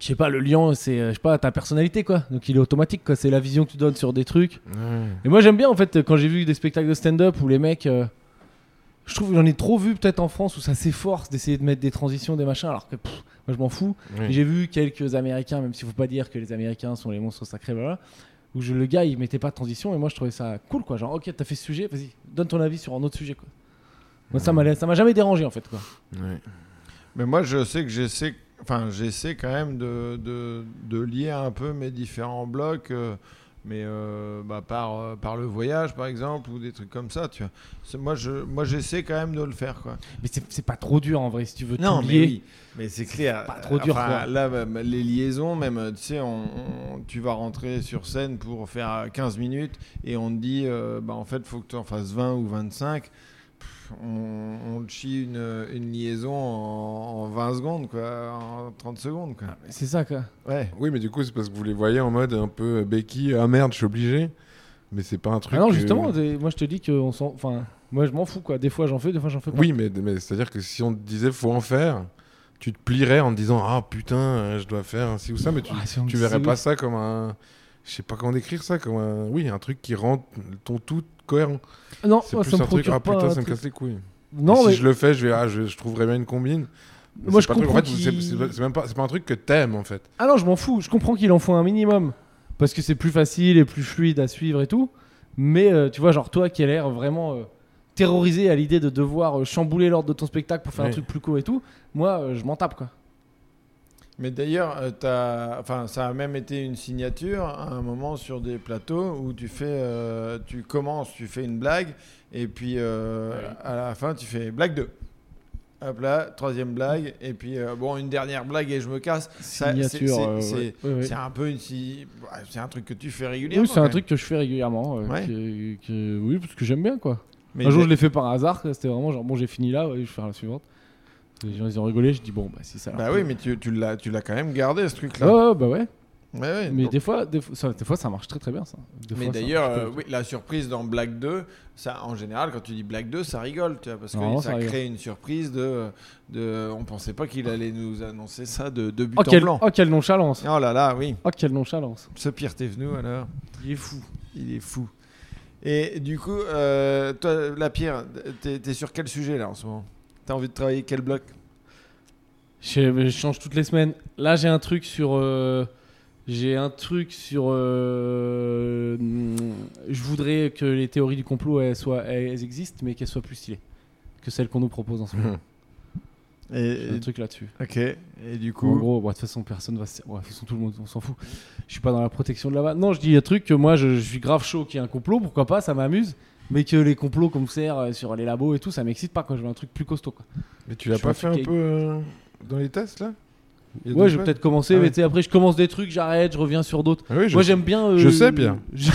[SPEAKER 3] Je sais pas, le lion, c'est, euh, je sais pas, ta personnalité, quoi. Donc, il est automatique, quoi. C'est la vision que tu donnes sur des trucs. Et moi j'aime bien en fait quand j'ai vu des spectacles de stand-up où les mecs, euh, je trouve que j'en ai trop vu peut-être en France où ça s'efforce d'essayer de mettre des transitions, des machins, alors que pff, moi je m'en fous.
[SPEAKER 1] Oui.
[SPEAKER 3] Et J'ai vu quelques Américains, même s'il faut pas dire que les Américains sont les monstres sacrés, voilà, où je, le gars il mettait pas de transition et moi je trouvais ça cool quoi, genre ok t'as fait ce sujet, vas-y donne ton avis sur un autre sujet quoi. Moi, ça m'a ça m'a jamais dérangé en fait quoi.
[SPEAKER 1] ouais.
[SPEAKER 2] Mais moi, je sais que j'essaie, enfin, j'essaie quand même de, de, de lier un peu mes différents blocs, euh, mais euh, bah, par, euh, par le voyage, par exemple, ou des trucs comme ça, tu vois. C'est- Moi, je, moi, j'essaie quand même de le faire, quoi.
[SPEAKER 3] Mais c'est c'est pas trop dur en vrai si tu veux tout
[SPEAKER 2] mais
[SPEAKER 3] lier.
[SPEAKER 2] oui, mais c'est clair.
[SPEAKER 3] pas trop dur,
[SPEAKER 2] Enfin,
[SPEAKER 3] quoi.
[SPEAKER 2] Là, bah, bah, les liaisons, même, euh, tu sais, on- on- tu vas rentrer sur scène pour faire euh, 15 minutes et on te dit, euh, bah, en fait, faut que tu en fasses 20 ou 25. Pff, On, on te chie une, une liaison en, en 20 secondes, quoi, en 30 secondes, quoi.
[SPEAKER 3] C'est ça quoi.
[SPEAKER 2] Ouais.
[SPEAKER 1] Oui, mais du coup, c'est parce que vous les voyez en mode un peu euh, béquille, ah merde, je suis obligé. Mais c'est pas un truc.
[SPEAKER 3] Ah non
[SPEAKER 1] euh,
[SPEAKER 3] justement, t'es- moi je te dis que on s'en, enfin moi je m'en fous quoi. Des fois j'en fais, des fois j'en fais pas.
[SPEAKER 1] Oui, mais, mais c'est-à-dire que si on te disait faut en faire, tu te plierais en te disant ah putain, euh, je dois faire ainsi ou ça, mais tu,
[SPEAKER 3] Ah, si on me
[SPEAKER 1] tu
[SPEAKER 3] disait
[SPEAKER 1] verrais
[SPEAKER 3] oui,
[SPEAKER 1] pas ça comme un. Je sais pas comment décrire ça, comme un. Oui, un truc qui rend ton tout cohérent.
[SPEAKER 3] Non,
[SPEAKER 1] C'est
[SPEAKER 3] moi,
[SPEAKER 1] plus
[SPEAKER 3] ça me
[SPEAKER 1] un truc,
[SPEAKER 3] procure
[SPEAKER 1] ah
[SPEAKER 3] pas.
[SPEAKER 1] putain,
[SPEAKER 3] un
[SPEAKER 1] ça me
[SPEAKER 3] truc.
[SPEAKER 1] casse les couilles.
[SPEAKER 3] Non,
[SPEAKER 1] si
[SPEAKER 3] mais
[SPEAKER 1] je le fais, je vais, ah, je, je trouverais bien une combine. Mais
[SPEAKER 3] moi je
[SPEAKER 1] c'est pas un truc-
[SPEAKER 3] comprends.
[SPEAKER 1] en fait, c'est-
[SPEAKER 3] qu'il-
[SPEAKER 1] c'est pas- c'est même pas, c'est pas un truc que t'aimes en fait.
[SPEAKER 3] Ah non, je m'en fous. Je comprends qu'il en faut un minimum parce que c'est plus facile et plus fluide à suivre et tout. Mais euh, tu vois, genre toi qui as l'air vraiment euh, terrorisé à l'idée de devoir euh, chambouler l'ordre de ton spectacle pour faire un
[SPEAKER 1] Ouais.
[SPEAKER 3] truc plus court et tout, moi euh, je m'en tape quoi.
[SPEAKER 2] Mais d'ailleurs, euh, t'as- enfin, ça a même été une signature hein, à un moment sur des plateaux où tu fais, euh, tu commences, tu fais une blague, et puis euh,
[SPEAKER 3] Ouais.
[SPEAKER 2] à la fin, tu fais blague 2. Hop là, troisième blague, et puis euh, bon, une dernière blague et je me casse. Ça, c'est-
[SPEAKER 3] Signature.
[SPEAKER 2] c'est-
[SPEAKER 3] euh,
[SPEAKER 2] c'est-
[SPEAKER 3] ouais. Ouais, ouais.
[SPEAKER 2] C'est un peu une, si- bah, c'est un truc que tu fais régulièrement.
[SPEAKER 3] Oui, c'est
[SPEAKER 2] quand
[SPEAKER 3] un
[SPEAKER 2] même.
[SPEAKER 3] truc que je fais régulièrement. euh,
[SPEAKER 2] Ouais.
[SPEAKER 3] que- que- Oui, parce que j'aime bien quoi.
[SPEAKER 2] Mais
[SPEAKER 3] un jour,
[SPEAKER 2] d'a-
[SPEAKER 3] je l'ai fait par hasard. quoi. C'était vraiment genre, bon, j'ai fini là, ouais, je vais faire la suivante. Les gens, ils ont rigolé. Je dis, bon, bah, si ça. leur
[SPEAKER 2] Bah
[SPEAKER 3] plaît.
[SPEAKER 2] oui, mais tu, tu l'as, tu l'as quand même gardé ce
[SPEAKER 3] Ouais,
[SPEAKER 2] truc-là.
[SPEAKER 3] ouais, bah ouais.
[SPEAKER 2] Ouais, ouais,
[SPEAKER 3] Mais
[SPEAKER 2] donc-
[SPEAKER 3] des fois, des, fois- ça, des fois, ça marche très très bien ça. Des
[SPEAKER 2] Mais
[SPEAKER 3] fois, ça
[SPEAKER 2] d'ailleurs,
[SPEAKER 3] marche pas
[SPEAKER 2] euh,
[SPEAKER 3] du
[SPEAKER 2] oui, la surprise dans Black 2, ça, en général, quand tu dis Black 2, ça rigole, tu vois, parce
[SPEAKER 3] Normalement,
[SPEAKER 2] que
[SPEAKER 3] ça
[SPEAKER 2] ça
[SPEAKER 3] rigole.
[SPEAKER 2] crée une surprise de, de. On pensait pas qu'il allait nous annoncer ça de, de
[SPEAKER 3] tout.
[SPEAKER 2] but
[SPEAKER 3] Oh,
[SPEAKER 2] en
[SPEAKER 3] quelle,
[SPEAKER 2] blanc.
[SPEAKER 3] oh, quelle nonchalance.
[SPEAKER 2] Oh là là, oui.
[SPEAKER 3] Oh, quelle nonchalance.
[SPEAKER 2] Ce pire t'es venu alors.
[SPEAKER 3] Il est fou.
[SPEAKER 2] Il est fou. Et du coup, euh, toi, la Pierre, t'es t'es sur quel sujet là en ce moment T'as envie de travailler quel bloc
[SPEAKER 3] Je, je change toutes les semaines. Là, j'ai un truc sur. euh, j'ai un truc sur. euh, mm, je voudrais que les théories du complot elles, soient, elles existent, mais qu'elles soient plus stylées que celles qu'on nous propose en ce
[SPEAKER 2] *laughs*
[SPEAKER 3] moment. J'ai
[SPEAKER 2] et,
[SPEAKER 3] un truc là-dessus.
[SPEAKER 2] Ok. Et du
[SPEAKER 3] En
[SPEAKER 2] coup.
[SPEAKER 3] gros, bah, de toute façon, personne va. se- ouais, de toute façon, tout le monde, on s'en fout. Je suis pas dans la protection de la vanne. Non, je dis un truc que moi, je, je suis grave chaud qu'il y ait un complot, pourquoi pas, ça m'amuse. Mais que les complots qu'on me sert euh, sur les labos et tout, ça m'excite pas, quoi. Je veux un truc plus costaud, quoi.
[SPEAKER 1] Mais tu l'as
[SPEAKER 3] Je suis
[SPEAKER 1] pas fait
[SPEAKER 3] un
[SPEAKER 1] un
[SPEAKER 3] truc
[SPEAKER 1] peu euh, dans les tests là
[SPEAKER 2] Il y a
[SPEAKER 3] Ouais,
[SPEAKER 2] deux
[SPEAKER 3] je vais
[SPEAKER 2] semaines.
[SPEAKER 3] peut-être commencer,
[SPEAKER 2] Ah
[SPEAKER 3] mais
[SPEAKER 2] ouais.
[SPEAKER 3] tu sais, après, je commence des trucs, j'arrête, je reviens sur d'autres.
[SPEAKER 1] Ah oui, je
[SPEAKER 3] Moi,
[SPEAKER 1] sais.
[SPEAKER 3] j'aime bien. euh,
[SPEAKER 1] je sais, Pierre.
[SPEAKER 3] *laughs* je-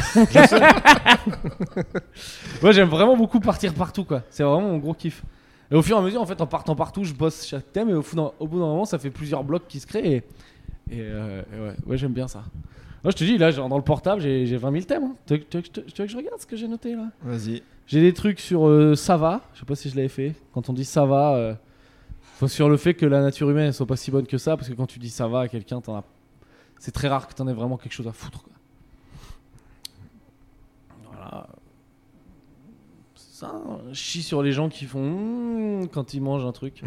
[SPEAKER 3] Moi, j'aime vraiment beaucoup partir partout, quoi. C'est vraiment mon gros kiff. Et au fur et à mesure, en fait, en partant partout, je bosse chaque thème, et au, fou- dans- au bout d'un moment, ça fait plusieurs blocs qui se créent. Et, et, euh, et ouais, ouais, j'aime bien ça. Moi, je te dis, là, genre, dans le portable, j'ai j'ai 20 000 thèmes. hein. Tu veux tu veux que je te- tu veux que je regarde ce que j'ai noté là *laughs*
[SPEAKER 2] Vas-y.
[SPEAKER 3] j'ai des trucs sur euh, ça va. Je sais pas si je l'avais fait. Quand on dit ça va, euh, faut sur le fait que la nature humaine elle soit pas si bonne que ça, parce que quand tu dis ça va à quelqu'un, t'en as- c'est très rare que t'en aies vraiment quelque chose à foutre. quoi. Voilà. Ça, hein. je chie sur les gens qui font Hmm quand ils mangent un truc.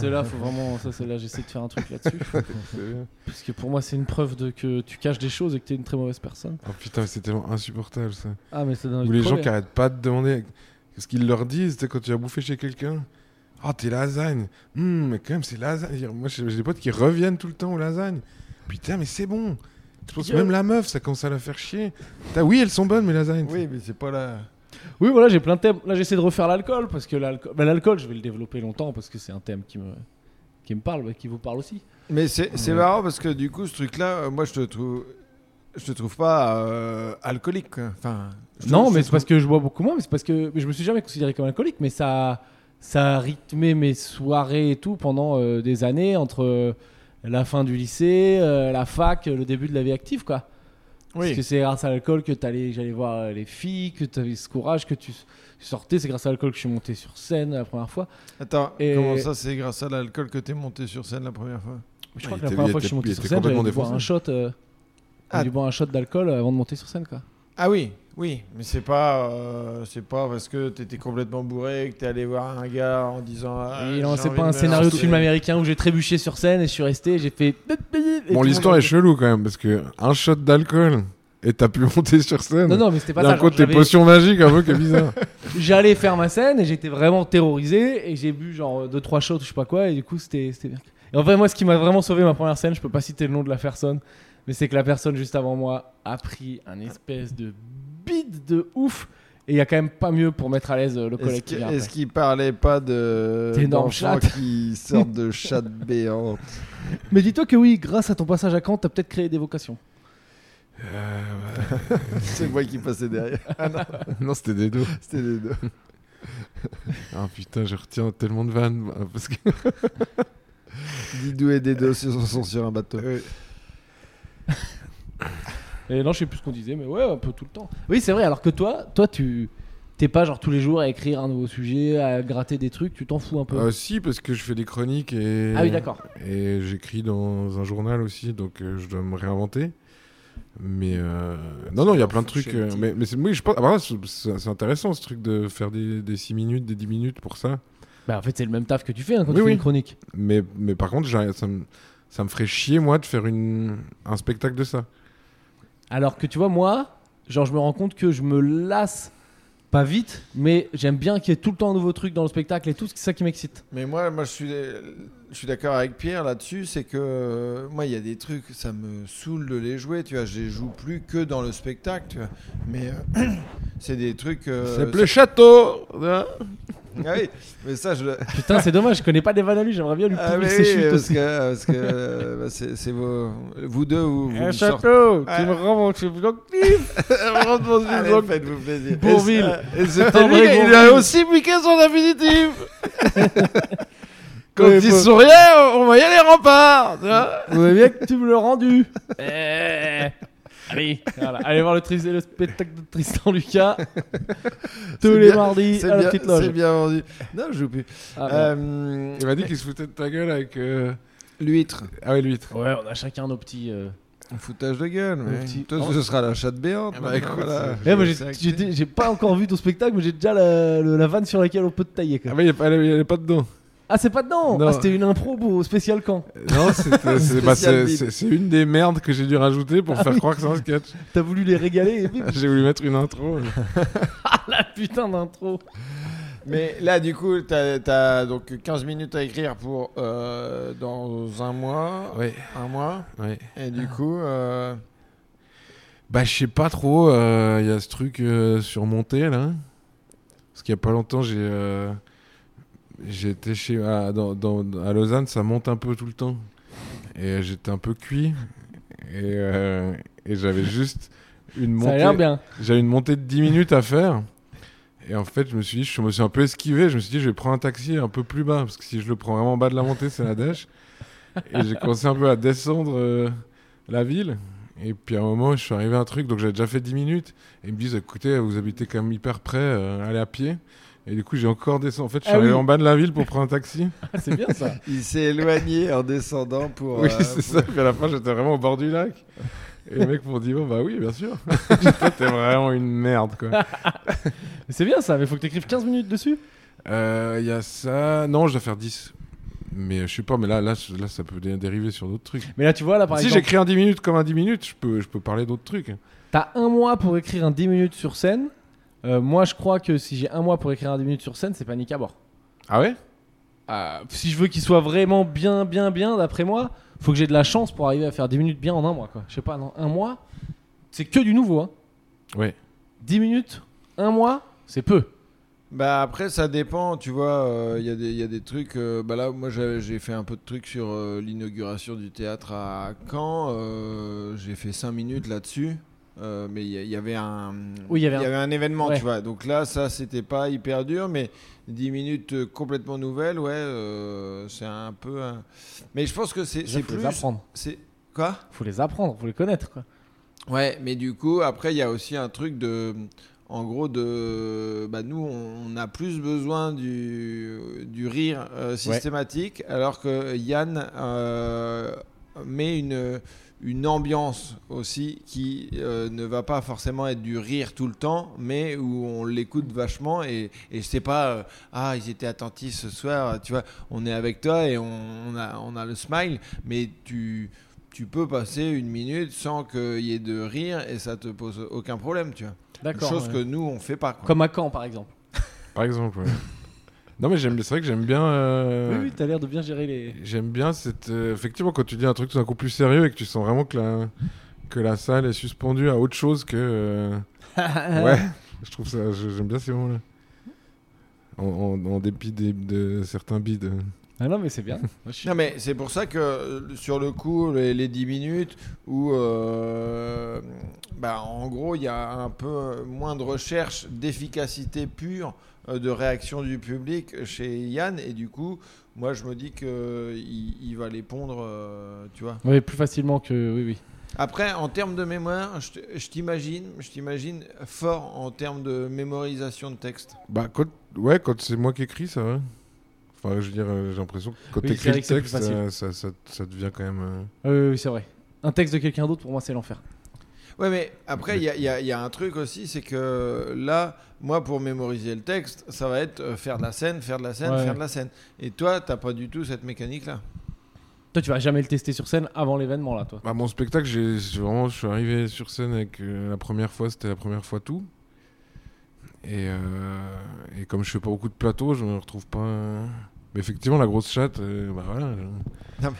[SPEAKER 3] celle-là, faut vraiment. Ça, celle-là, j'essaie de faire un truc là-dessus. Parce que pour moi, c'est une preuve de que tu caches des choses et que t'es une très mauvaise personne.
[SPEAKER 1] Oh putain, c'est tellement insupportable ça.
[SPEAKER 3] Ah, mais ça
[SPEAKER 1] Ou les gens qui arrêtent pas de demander ce qu'ils leur disent tu sais, quand tu vas bouffer chez quelqu'un. Ah, t'es lasagne. Hum, mais quand même, c'est lasagne. Moi, j'ai j'ai des potes qui reviennent tout le temps aux lasagnes. Putain, mais c'est bon. Je pense que
[SPEAKER 3] Yo.
[SPEAKER 1] même la meuf, ça commence à la faire chier. Putain, oui, elles sont bonnes, mes lasagnes.
[SPEAKER 2] Oui, mais c'est pas la.
[SPEAKER 3] Oui, voilà, j'ai plein de thèmes. Là, j'essaie de refaire l'alcool parce que l'alcool, bah, l'alcool, je vais le développer longtemps parce que c'est un thème qui me qui me parle, bah, qui vous parle aussi.
[SPEAKER 2] Mais c'est c'est
[SPEAKER 3] Ouais.
[SPEAKER 2] marrant parce que du coup, ce truc-là, euh, moi, je te trouve. Je te trouve pas euh, alcoolique. quoi. Enfin, je te-
[SPEAKER 3] non,
[SPEAKER 2] je
[SPEAKER 3] mais c'est
[SPEAKER 2] te trouve-
[SPEAKER 3] parce que je bois beaucoup moins, mais c'est parce que mais je me suis jamais considéré comme alcoolique, mais ça ça a rythmé mes soirées et tout pendant euh, des années entre euh, la fin du lycée, euh, la fac, euh, le début de la vie active, quoi. Parce que
[SPEAKER 2] Oui.
[SPEAKER 3] c'est grâce à l'alcool que t'allais- j'allais voir euh, les filles, que tu avais ce courage, que tu tu sortais. C'est grâce à l'alcool que je suis monté sur scène la première fois.
[SPEAKER 2] Attends,
[SPEAKER 3] Et-
[SPEAKER 2] comment ça, c'est grâce à l'alcool que t'es monté sur scène la première fois
[SPEAKER 3] Je crois
[SPEAKER 1] Il
[SPEAKER 3] que la
[SPEAKER 1] était-
[SPEAKER 3] première
[SPEAKER 1] il
[SPEAKER 3] fois que je
[SPEAKER 1] était-
[SPEAKER 3] suis monté
[SPEAKER 1] il
[SPEAKER 3] sur
[SPEAKER 1] était
[SPEAKER 3] scène, j'avais
[SPEAKER 1] complètement
[SPEAKER 3] dû boire un
[SPEAKER 1] défoncé.
[SPEAKER 3] shot, euh, j'avais
[SPEAKER 2] Ah.
[SPEAKER 3] dû boire un shot d'alcool euh, avant de monter sur scène, quoi.
[SPEAKER 2] Ah oui, oui, mais c'est pas, euh, c'est pas parce que t'étais complètement bourré et que t'es allé voir un gars en disant. Ah,
[SPEAKER 3] et non,
[SPEAKER 2] j'ai
[SPEAKER 3] c'est
[SPEAKER 2] envie
[SPEAKER 3] pas
[SPEAKER 2] de
[SPEAKER 3] un
[SPEAKER 2] me
[SPEAKER 3] scénario de
[SPEAKER 2] lancer.
[SPEAKER 3] film américain où j'ai trébuché sur scène et je suis resté, et j'ai fait. et
[SPEAKER 1] Bon,
[SPEAKER 3] tout le
[SPEAKER 1] l'histoire
[SPEAKER 3] monde-
[SPEAKER 1] est chelou quand même, parce que un shot d'alcool et t'as pu *laughs* monter sur scène.
[SPEAKER 3] Non, non, mais c'était pas
[SPEAKER 1] D'un
[SPEAKER 3] ça. genre,
[SPEAKER 1] côté,
[SPEAKER 3] j'avais-
[SPEAKER 1] potion magique, un peu qui est
[SPEAKER 3] *laughs*
[SPEAKER 1] bizarre.
[SPEAKER 3] J'allais faire ma scène et j'étais vraiment terrorisé et j'ai bu genre 2-3 shots ou je sais pas quoi et du coup c'était c'était bien. Et en vrai, moi, ce qui m'a vraiment sauvé ma première scène, je peux pas citer le nom de la personne, mais c'est que la personne juste avant moi a pris un espèce de bide de ouf et il y a quand même pas mieux pour mettre à l'aise euh, le
[SPEAKER 2] Est-ce
[SPEAKER 3] collègue qui
[SPEAKER 2] que-
[SPEAKER 3] vient.
[SPEAKER 2] est-ce qu'il parlait pas
[SPEAKER 3] *laughs*
[SPEAKER 2] de
[SPEAKER 3] D'énormes
[SPEAKER 2] d'enfants
[SPEAKER 3] chattes.
[SPEAKER 2] qui sortent de chatte
[SPEAKER 3] *laughs*
[SPEAKER 2] béante
[SPEAKER 3] Mais dis-toi que oui, grâce à ton passage à Caen, t'as peut-être créé des vocations.
[SPEAKER 2] C'est moi qui passais derrière.
[SPEAKER 1] non, c'était des dos.
[SPEAKER 2] C'était les deux.
[SPEAKER 1] Ah putain, je retiens tellement de vannes. moi, Parce
[SPEAKER 3] *laughs*
[SPEAKER 1] que...
[SPEAKER 2] Didou et Dédo se sont- sont sur un bateau.
[SPEAKER 3] Euh, Et non, je sais plus ce qu'on disait, mais ouais, un peu tout le temps. Oui, c'est vrai, alors que toi, toi, tu t'es pas genre tous les jours à écrire un nouveau sujet, à gratter des trucs, tu t'en fous un
[SPEAKER 2] Ah
[SPEAKER 3] peu.
[SPEAKER 1] Euh, si, parce que je fais des chroniques et.
[SPEAKER 3] ah oui, d'accord.
[SPEAKER 1] Et j'écris dans un journal aussi, donc euh, je dois me réinventer. Mais euh, non, non, il y a plein de trucs. euh, mais mais c'est- oui, je pense. ah, bah, c'est- c'est c'est intéressant ce truc de faire des, des 6 minutes, des 10 minutes pour ça.
[SPEAKER 3] Bah, en fait, c'est le même taf que tu fais hein, quand
[SPEAKER 1] Oui,
[SPEAKER 3] tu fais
[SPEAKER 1] oui.
[SPEAKER 3] une chronique.
[SPEAKER 1] Mais, mais par contre, j'ai- ça me, ça me ferait chier, moi, de faire une, un spectacle de ça.
[SPEAKER 3] Alors que tu vois, moi, genre, je me rends compte que je me lasse pas vite, mais j'aime bien qu'il y ait tout le temps un nouveau truc dans le spectacle et tout, c'est ça qui m'excite.
[SPEAKER 2] Mais moi, moi je suis, je suis d'accord avec Pierre là-dessus, c'est que euh, moi, il y a des trucs, ça me saoule de les jouer, tu vois, je les joue plus que dans le spectacle, tu vois. Mais euh, *clears throat* c'est des trucs... euh,
[SPEAKER 1] C'est le château hein
[SPEAKER 2] Ah oui, mais ça, je...
[SPEAKER 3] Putain, c'est dommage, je connais pas des vannes à lui, j'aimerais bien lui
[SPEAKER 2] Ah
[SPEAKER 3] pourrir
[SPEAKER 2] mais
[SPEAKER 3] ses
[SPEAKER 2] oui,
[SPEAKER 3] chutes
[SPEAKER 2] parce
[SPEAKER 3] aussi.
[SPEAKER 2] que, parce que euh, bah, c'est c'est vos... Vous deux, vous, vous me sortez...
[SPEAKER 3] château,
[SPEAKER 2] tu me
[SPEAKER 3] rends mon
[SPEAKER 2] *laughs* Allez, faites-vous plaisir.
[SPEAKER 3] Bourville.
[SPEAKER 2] Et c'est- et c'était lui,
[SPEAKER 3] vrai
[SPEAKER 2] il
[SPEAKER 3] Bourville.
[SPEAKER 2] a aussi piqué son infinitif Quand
[SPEAKER 3] Ouais,
[SPEAKER 2] il
[SPEAKER 3] faut-
[SPEAKER 2] souriait, on voyait les remparts tu vois.
[SPEAKER 3] Vous voyez bien que tu me l'as rendu. Eh, Allez, voilà. allez voir le, tris- le spectacle de Tristan *laughs* Lucas tous
[SPEAKER 2] C'est
[SPEAKER 3] les
[SPEAKER 2] bien,
[SPEAKER 3] mardis
[SPEAKER 2] C'est
[SPEAKER 3] à la
[SPEAKER 2] bien,
[SPEAKER 3] petite loge.
[SPEAKER 2] c'est bien vendu. Non, je joue plus.
[SPEAKER 3] Ah, merde.
[SPEAKER 2] Euh,
[SPEAKER 1] Il m'a dit qu'il se foutait de ta gueule avec. euh,
[SPEAKER 2] L'huître.
[SPEAKER 1] Ah ouais, l'huître.
[SPEAKER 3] Ouais, on a chacun nos petits. euh,
[SPEAKER 2] Foutage de gueule.
[SPEAKER 3] Le
[SPEAKER 2] Mais...
[SPEAKER 3] petit-
[SPEAKER 2] Toi,
[SPEAKER 3] Oh.
[SPEAKER 2] ce sera la chatte béante.
[SPEAKER 1] Ah bah,
[SPEAKER 2] maintenant, ben,
[SPEAKER 1] écoute,
[SPEAKER 2] voilà.
[SPEAKER 1] c'est-
[SPEAKER 3] Eh, moi, j'ai-
[SPEAKER 2] C'est acté.
[SPEAKER 3] j'ai dé- j'ai pas encore vu ton spectacle, mais j'ai déjà la, le- la vanne sur laquelle on peut te tailler. quoi.
[SPEAKER 1] Ah bah, il est pas, elle est pas dedans.
[SPEAKER 3] Ah, c'est pas dedans
[SPEAKER 1] Non.
[SPEAKER 3] Ah, c'était une impro pour spécial camp.
[SPEAKER 1] Non, c'était- c'est Ah bah,
[SPEAKER 2] Spécial
[SPEAKER 1] c'est-
[SPEAKER 2] bide.
[SPEAKER 1] c'est- c'est une des merdes que j'ai dû rajouter pour faire croire que c'est un *laughs* sketch.
[SPEAKER 3] T'as voulu les *laughs* régaler et puis,
[SPEAKER 1] J'ai voulu mettre une intro.
[SPEAKER 3] la putain d'intro
[SPEAKER 2] Mais là, du coup, t'as as donc 15 minutes à écrire pour euh, dans un mois.
[SPEAKER 1] Ouais,
[SPEAKER 2] Un mois.
[SPEAKER 1] ouais.
[SPEAKER 2] Et du coup, euh,
[SPEAKER 1] Bah, je sais pas trop. euh, Il y a ce truc euh, surmonté là. Parce qu'il y a pas longtemps, j'ai euh, j'ai été chez à, dans- dans- à Lausanne, ça monte un peu tout le temps. et euh, j'étais un peu cuit et, euh, et j'avais juste une
[SPEAKER 3] Ça a l'air
[SPEAKER 1] montée,
[SPEAKER 3] bien.
[SPEAKER 1] j'avais une montée de 10 minutes à faire. Et en fait, je me suis dit, je me suis un peu esquivé. Je me suis dit, je vais prendre un taxi un peu plus bas parce que si je le prends vraiment bas de la montée, c'est la dèche. Et j'ai commencé un peu à descendre euh, la ville. Et puis à un moment, je suis arrivé à un truc, donc j'avais déjà fait 10 minutes. Et ils me disent, écoutez, vous habitez quand même hyper près, euh, allez à pied. Et du coup, j'ai encore descendu. En fait, je suis
[SPEAKER 3] Ah
[SPEAKER 1] arrivé
[SPEAKER 3] oui.
[SPEAKER 1] en bas de la ville pour prendre
[SPEAKER 3] *laughs*
[SPEAKER 1] un taxi.
[SPEAKER 3] Ah, c'est bien ça.
[SPEAKER 2] Il s'est éloigné en descendant pour.
[SPEAKER 1] oui,
[SPEAKER 2] euh,
[SPEAKER 1] c'est
[SPEAKER 2] pour-
[SPEAKER 1] ça. Puis à la fin, j'étais vraiment au bord du lac. Et les mecs m'ont dit, bon, bah oui,
[SPEAKER 3] *laughs*
[SPEAKER 1] bien sûr. J'étais vraiment une merde, quoi.
[SPEAKER 3] Mais C'est bien ça, mais faut que t'écrives 15 minutes dessus.
[SPEAKER 1] Euh, Il y a ça. Non, je dois faire 10. Mais euh, je sais pas, mais là, là, je- là ça peut dé- dériver sur d'autres trucs.
[SPEAKER 3] Mais là, tu vois, là, par
[SPEAKER 1] si
[SPEAKER 3] exemple,
[SPEAKER 1] j'écris un 10 minutes comme un 10 minutes, je peux, je peux parler d'autres trucs.
[SPEAKER 3] t'as un mois pour écrire un 10 minutes sur scène. Euh, moi, je crois que si j'ai un mois pour écrire un 10 minutes sur scène, c'est panique à bord.
[SPEAKER 1] Ah ouais
[SPEAKER 3] Euh, si je veux qu'il soit vraiment bien, bien, bien, d'après moi, faut que j'ai de la chance pour arriver à faire 10 minutes bien en un mois. Quoi. Je sais pas, dans un mois, c'est que du nouveau. Hein.
[SPEAKER 1] Ouais.
[SPEAKER 3] 10 minutes, un mois, c'est peu.
[SPEAKER 2] Bah après, ça dépend, tu vois. euh, Il y, a des- y a des trucs. euh, bah là, moi, j'avais- j'ai fait un peu de trucs sur euh, l'inauguration du théâtre à Caen. euh, j'ai fait 5 minutes là-dessus. euh, mais il y, a- il y avait un
[SPEAKER 3] Oui, il y avait un-
[SPEAKER 2] événement
[SPEAKER 3] Ouais.
[SPEAKER 2] tu vois donc là ça c'était pas hyper dur mais 10 minutes euh, complètement nouvelles ouais euh, c'est un peu un- mais je pense que c'est
[SPEAKER 3] Déjà,
[SPEAKER 2] c'est
[SPEAKER 3] faut
[SPEAKER 2] plus
[SPEAKER 3] les apprendre.
[SPEAKER 2] c'est quoi
[SPEAKER 3] Faut les apprendre, faut les connaître. Quoi.
[SPEAKER 2] Ouais, mais du coup, après, il y a aussi un truc de. En gros, de. Bah, nous, on on a plus besoin du, du rire euh, systématique, alors que Yann euh, met une, une ambiance aussi qui euh, ne va pas forcément être du rire tout le temps, mais où on l'écoute vachement. Et, et c'est pas. euh, ah, ils étaient attentifs ce soir, tu vois. On est avec toi et on, on a, on a le smile, mais tu tu peux passer une minute sans qu'il y ait de rire et ça te pose aucun problème, tu vois.
[SPEAKER 3] D'accord.
[SPEAKER 2] Chose
[SPEAKER 3] ouais.
[SPEAKER 2] que nous, on fait pas. quoi.
[SPEAKER 3] Comme à Caen, par exemple.
[SPEAKER 1] Par exemple, ouais.
[SPEAKER 3] *laughs*
[SPEAKER 1] Non, mais j'aime- c'est vrai que j'aime bien. euh,
[SPEAKER 3] Oui, oui, t'as l'air de bien gérer les.
[SPEAKER 1] J'aime bien cette. euh, effectivement, quand tu dis un truc tout d'un coup plus sérieux et que tu sens vraiment que la, que la salle est suspendue à autre chose que. euh,
[SPEAKER 3] *laughs*
[SPEAKER 1] Ouais, je trouve ça. je- J'aime bien ces moments-là. En, en- en dépit des- de certains bides.
[SPEAKER 3] Ah non, mais c'est bien. Moi, je suis-
[SPEAKER 2] Non, mais c'est pour ça que euh, sur le coup, les, les 10 minutes où, euh, bah, en gros, il y a un peu moins de recherche d'efficacité pure euh, de réaction du public chez Yann, et du coup, moi, je me dis qu'il il va les pondre, euh, tu vois.
[SPEAKER 3] Ouais, plus facilement que. Oui, oui.
[SPEAKER 2] Après, en termes de mémoire, je t- je t'imagine, je t'imagine fort en termes de mémorisation de texte.
[SPEAKER 1] Bah, quand, ouais, quand c'est moi qui écris, ça va. Enfin, je veux dire, euh, j'ai l'impression que quand
[SPEAKER 3] Oui, c'est
[SPEAKER 1] t'écris
[SPEAKER 3] vrai
[SPEAKER 1] le
[SPEAKER 3] que c'est plus
[SPEAKER 1] texte,
[SPEAKER 3] facile.
[SPEAKER 1] euh, ça, ça, ça devient quand même. euh,
[SPEAKER 3] Ah oui, oui, oui, c'est vrai. Un texte de quelqu'un d'autre, pour moi, c'est l'enfer.
[SPEAKER 2] Ouais, mais après, il y a, il y a- il y a un truc aussi, c'est que là, moi, pour mémoriser le texte, ça va être euh, faire de la scène, faire de la scène,
[SPEAKER 3] Ouais.
[SPEAKER 2] faire de la scène. Et toi, t'as pas du tout cette mécanique-là.
[SPEAKER 3] Toi, tu vas jamais le tester sur scène avant l'événement, là, toi.
[SPEAKER 1] Bah, mon spectacle, j'ai j'ai vraiment, je suis arrivé sur scène avec euh, la première fois, c'était la première fois tout. Et, euh, et comme je fais pas beaucoup de plateaux, je me retrouve pas. euh, Mais effectivement, la grosse chatte, euh, bah voilà. je-
[SPEAKER 2] Non,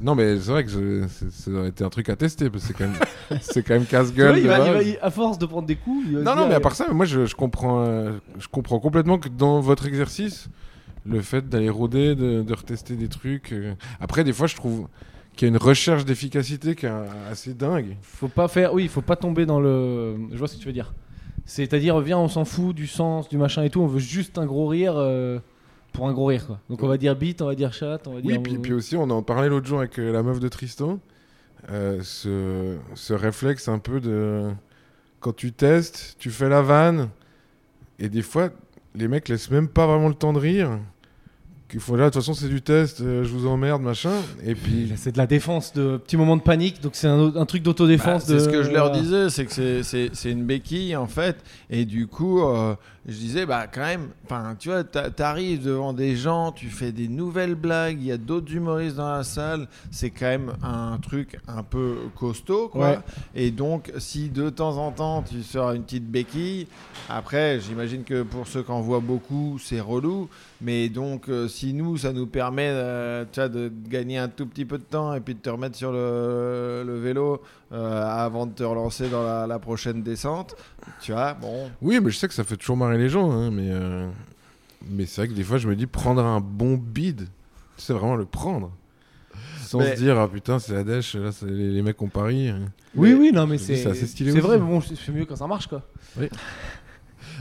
[SPEAKER 1] Non, mais c'est vrai que je- c'est- ça aurait été un truc à tester, parce que c'est quand
[SPEAKER 3] *laughs*
[SPEAKER 1] même, c'est quand même
[SPEAKER 3] Tu
[SPEAKER 1] casse-gueule.
[SPEAKER 3] vois, il
[SPEAKER 1] de
[SPEAKER 3] va- il va-
[SPEAKER 1] base.
[SPEAKER 3] il- à force de prendre des coups. il va se
[SPEAKER 1] Non,
[SPEAKER 3] dire,
[SPEAKER 1] non, mais à
[SPEAKER 3] euh,
[SPEAKER 1] part ça, moi je, je comprends, euh, je comprends complètement que dans votre exercice, le fait d'aller rôder, de, de retester des trucs. euh, Après, des fois, je trouve qu'il y a une recherche d'efficacité qui est un- assez dingue.
[SPEAKER 3] Faut pas faire, oui, faut pas tomber dans le. Je vois ce que tu veux dire. C'est-à-dire, viens, on s'en fout du sens, du machin et tout, on veut juste un gros rire euh, pour un gros rire, quoi. Donc on va dire beat, on va dire chat, on va dire.
[SPEAKER 1] Oui, puis, puis aussi, on en parlait l'autre jour avec euh, la meuf de Tristan, euh, ce, ce réflexe un peu de. Quand tu testes, tu fais la vanne, et des fois, les mecs laissent même pas vraiment le temps de rire. Qu'il faut là, de toute façon, c'est du test, euh, je vous emmerde, machin. Et puis.
[SPEAKER 3] C'est de la défense, de petit moment de panique, donc c'est un, au- un truc d'autodéfense.
[SPEAKER 2] Bah,
[SPEAKER 3] de-
[SPEAKER 2] C'est ce que je leur disais, c'est que c'est- c'est c'est une béquille en fait. Et du coup, euh, je disais, bah quand même, enfin, tu vois, t'a- t'arrives devant des gens, tu fais des nouvelles blagues, il y a d'autres humoristes dans la salle, c'est quand même un truc un peu costaud, quoi.
[SPEAKER 3] Ouais.
[SPEAKER 2] Et donc, si de temps en temps tu sors une petite béquille, après, j'imagine que pour ceux qui en voient beaucoup, c'est relou. Mais donc, euh, si nous, ça nous permet euh, tu vois, de gagner un tout petit peu de temps et puis de te remettre sur le, le vélo euh, avant de te relancer dans la, la prochaine descente, tu vois, bon.
[SPEAKER 1] Oui, mais je sais que ça fait toujours marrer les gens, hein, mais, euh, mais c'est vrai que des fois, je me dis prendre un bon bide, c'est vraiment le prendre. sans
[SPEAKER 2] Mais-
[SPEAKER 1] se dire ah putain c'est la dèche, là c'est les, les mecs ont hein. Paris.
[SPEAKER 3] Oui, oui, non, mais
[SPEAKER 1] Je dis,
[SPEAKER 3] c'est
[SPEAKER 1] c'est assez stylé
[SPEAKER 3] C'est vrai,
[SPEAKER 1] aussi.
[SPEAKER 3] mais bon, c'est c'est mieux quand ça marche, quoi.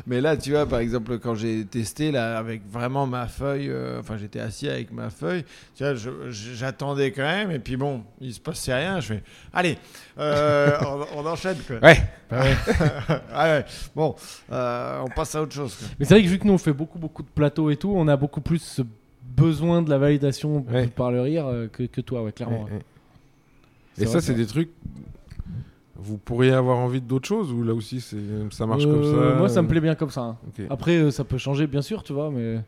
[SPEAKER 2] Mais là, tu vois, par exemple, quand j'ai testé, là, avec vraiment ma feuille, euh, enfin, j'étais assis avec ma feuille, tu vois, je- je- j'attendais quand même, et puis bon, il se passait rien, je fais, allez, euh, on, on enchaîne, quoi.
[SPEAKER 3] Ouais.
[SPEAKER 2] *laughs* Ah ouais, bon, euh, on passe à autre chose,
[SPEAKER 3] *laughs*
[SPEAKER 2] quoi.
[SPEAKER 3] Mais c'est vrai que vu que nous on fait beaucoup beaucoup de plateaux et tout, on a beaucoup plus ce besoin de la validation
[SPEAKER 1] Ouais.
[SPEAKER 3] par le rire euh, que, que toi, ouais, clairement. ouais.
[SPEAKER 1] Et-
[SPEAKER 3] C'est
[SPEAKER 1] Et
[SPEAKER 3] vrai
[SPEAKER 1] ça
[SPEAKER 3] que-
[SPEAKER 1] c'est des trucs. Vous pourriez avoir envie d'autres choses ou là aussi c'est ça marche comme
[SPEAKER 3] Euh,
[SPEAKER 1] ça
[SPEAKER 3] Moi, ça me
[SPEAKER 1] euh,
[SPEAKER 3] plaît bien comme ça. hein.
[SPEAKER 1] ok.
[SPEAKER 3] Après, euh, ça peut changer, bien sûr, tu vois, mais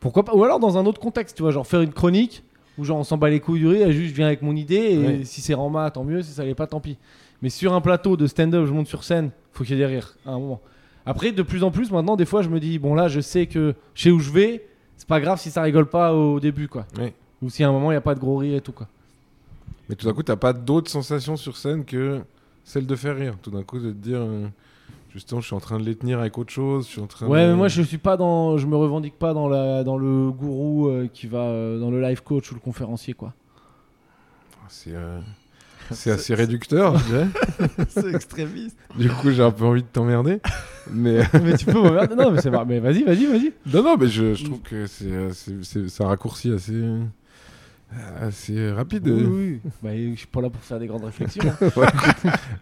[SPEAKER 3] pourquoi pas Ou alors dans un autre contexte, tu vois, genre faire une chronique où genre on s'en bat les couilles du rire, et juste je viens avec mon idée et
[SPEAKER 1] Ouais.
[SPEAKER 3] si c'est Rama, tant mieux, si ça l'est pas, tant pis. Mais sur un plateau de stand-up, je monte sur scène, faut qu'il y ait des rires à un moment. Après, de plus en plus, maintenant, des fois, je me dis bon là, je sais que je sais où je vais, c'est pas grave si ça rigole pas au début, quoi.
[SPEAKER 1] Ouais.
[SPEAKER 3] Ou si à un moment il y a pas de gros rires et tout, quoi.
[SPEAKER 1] Mais tout d'un coup, t'as pas d'autres sensations sur scène que celle de faire rire. Tout d'un coup, de te dire, euh, justement, je suis en train de les tenir avec autre chose, je suis en train
[SPEAKER 3] Ouais,
[SPEAKER 1] de-
[SPEAKER 3] mais moi je suis pas dans, je me revendique pas dans la, dans le gourou euh, qui va euh, dans le life coach ou le conférencier quoi.
[SPEAKER 1] C'est euh, c'est assez réducteur, je dirais.
[SPEAKER 2] C'est extrémiste.
[SPEAKER 1] Du coup, j'ai un peu envie de t'emmerder.
[SPEAKER 3] *laughs*
[SPEAKER 1] Mais
[SPEAKER 3] *laughs*
[SPEAKER 1] euh,
[SPEAKER 3] mais tu peux m'emmerder, non mais c'est mar- mais vas-y, vas-y, vas-y.
[SPEAKER 1] non, non, mais je, je trouve que c'est, euh, c'est c'est- c'est un raccourci assez, euh, assez rapide.
[SPEAKER 3] Oui, oui. Bah, je suis pas là pour faire des grandes réflexions. hein.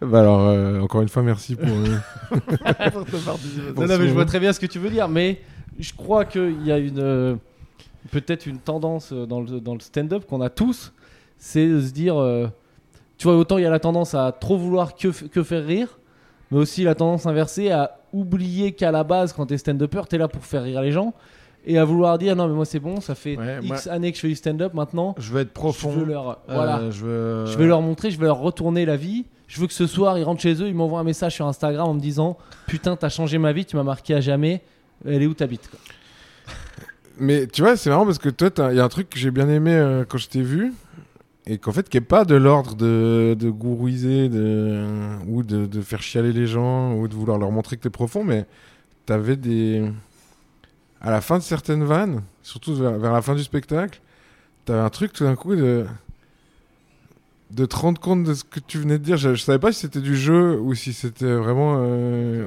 [SPEAKER 1] Bah alors, euh, encore une fois, merci
[SPEAKER 3] *laughs*
[SPEAKER 1] pour. euh,
[SPEAKER 2] Pour te faire des-
[SPEAKER 1] Bon,
[SPEAKER 3] non, non, mais je
[SPEAKER 1] souvent.
[SPEAKER 3] vois très bien ce que tu veux dire, mais je crois qu'il y a une euh, peut-être une tendance euh, dans le, dans le stand-up qu'on a tous, c'est de se dire, euh, tu vois, autant il y a la tendance à trop vouloir que, f- que faire rire, mais aussi la tendance inversée à oublier qu'à la base, quand t'es stand-upper, t'es là pour faire rire les gens et à vouloir dire non, mais moi c'est bon, ça fait
[SPEAKER 2] Ouais,
[SPEAKER 3] X années que je fais du stand-up maintenant,
[SPEAKER 2] Je veux être profond.
[SPEAKER 3] je veux leur.
[SPEAKER 2] Euh,
[SPEAKER 3] voilà.
[SPEAKER 2] je, veux...
[SPEAKER 3] Je vais leur montrer, je vais leur retourner la vie. Je veux que ce soir, ils rentrent chez eux, ils m'envoient un message sur Instagram en me disant Putain, t'as changé ma vie, tu m'as marqué à jamais. Elle est où t'habites quoi.
[SPEAKER 1] Mais tu vois, c'est marrant parce que toi, t'as- il y a un truc que j'ai bien aimé euh, quand je t'ai vu, et qu'en fait, qui est pas de l'ordre de, de gourouiser, de, ou de, de faire chialer les gens, ou de vouloir leur montrer que t'es profond, mais t'avais des. À la fin de certaines vannes, surtout vers, vers la fin du spectacle, t'avais un truc tout d'un coup de. De te rendre compte de ce que tu venais de dire. Je, je savais pas si c'était du jeu ou si c'était vraiment. euh,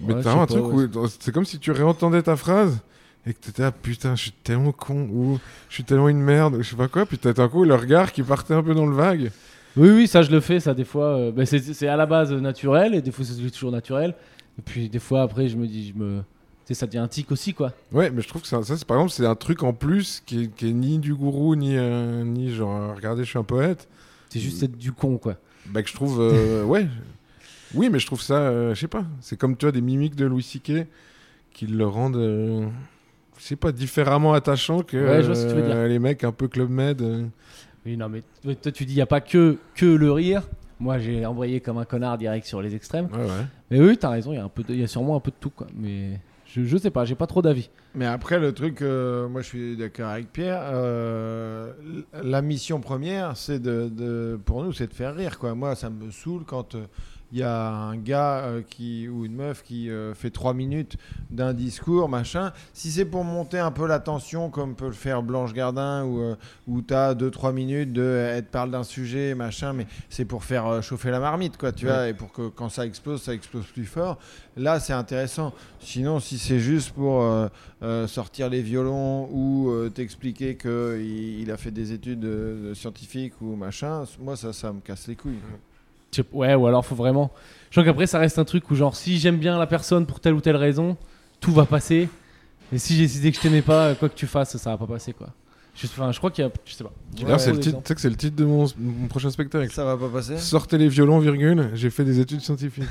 [SPEAKER 1] mais
[SPEAKER 3] Ouais,
[SPEAKER 1] t'as
[SPEAKER 3] je sais pas,
[SPEAKER 1] un truc
[SPEAKER 3] ouais.
[SPEAKER 1] où c'est comme si tu réentendais ta phrase et que t'étais ah putain je suis tellement con ou je suis tellement une merde ou je sais pas quoi puis t'as un coup le regard qui partait un peu dans le vague
[SPEAKER 3] Oui, oui, ça je le fais, ça des fois. euh, bah, c'est- c'est à la base euh, naturel, et des fois c'est toujours naturel. Et puis des fois après, je me dis, je me. Tu sais, ça devient un tic aussi quoi.
[SPEAKER 1] ouais mais je trouve que ça, ça, c'est par exemple c'est un truc en plus qui est, qui est ni du gourou ni euh, ni genre regardez je suis un poète
[SPEAKER 3] C'est juste être du con quoi.
[SPEAKER 1] bah que je trouve euh, ouais oui mais je trouve ça euh, je sais pas c'est comme tu vois des mimiques de Louis C.K. qui le rendent euh, je sais pas différemment attachant que
[SPEAKER 3] Ouais, je vois ce que tu veux dire.
[SPEAKER 1] euh, les mecs un peu club med euh.
[SPEAKER 3] Oui, non, mais toi toi, tu dis, il n'y a pas que, que le rire. Moi j'ai envoyé comme un connard direct sur les extrêmes.
[SPEAKER 1] ouais ouais
[SPEAKER 3] Mais oui, t'as raison, il y, a un peu de- il y a sûrement un peu de tout quoi. Mais je, je sais pas, j'ai pas trop d'avis.
[SPEAKER 2] Mais après, le truc, euh, moi je suis d'accord avec Pierre, euh, l- la mission première, c'est de, de- pour nous, c'est de faire rire. Quoi. Moi, ça me saoule quand euh, il y a un gars euh, qui, ou une meuf qui euh, fait trois minutes d'un discours, machin. Si c'est pour monter un peu la tension, comme peut le faire Blanche Gardin, où, euh, où tu as deux, trois minutes, de, euh, elle te parle d'un sujet, machin, mais c'est pour faire euh, chauffer la marmite, quoi, tu vois, et pour que quand ça explose, ça explose plus fort. Là, c'est intéressant. Sinon, si c'est juste pour... euh, euh, sortir les violons ou euh, t'expliquer qu'il il a fait des études euh, scientifiques ou machin, s- moi ça, ça me casse les couilles.
[SPEAKER 3] Je sais p- Ouais, ou alors faut vraiment. Je crois qu'après, ça reste un truc où, genre, si j'aime bien la personne pour telle ou telle raison, tout va passer. Et si j'ai décidé que je t'aimais pas, quoi que tu fasses, ça va pas passer, quoi. Je, enfin, je crois qu'il y a. Je sais pas. J'ai
[SPEAKER 1] D'ailleurs,
[SPEAKER 3] pas
[SPEAKER 1] c'est
[SPEAKER 3] trop
[SPEAKER 1] le titre,
[SPEAKER 3] d'exemples.
[SPEAKER 1] tu sais que c'est le titre de mon, mon prochain spectacle.
[SPEAKER 2] Ça va pas passer
[SPEAKER 1] Sortez les violons, virgule, j'ai fait des études scientifiques.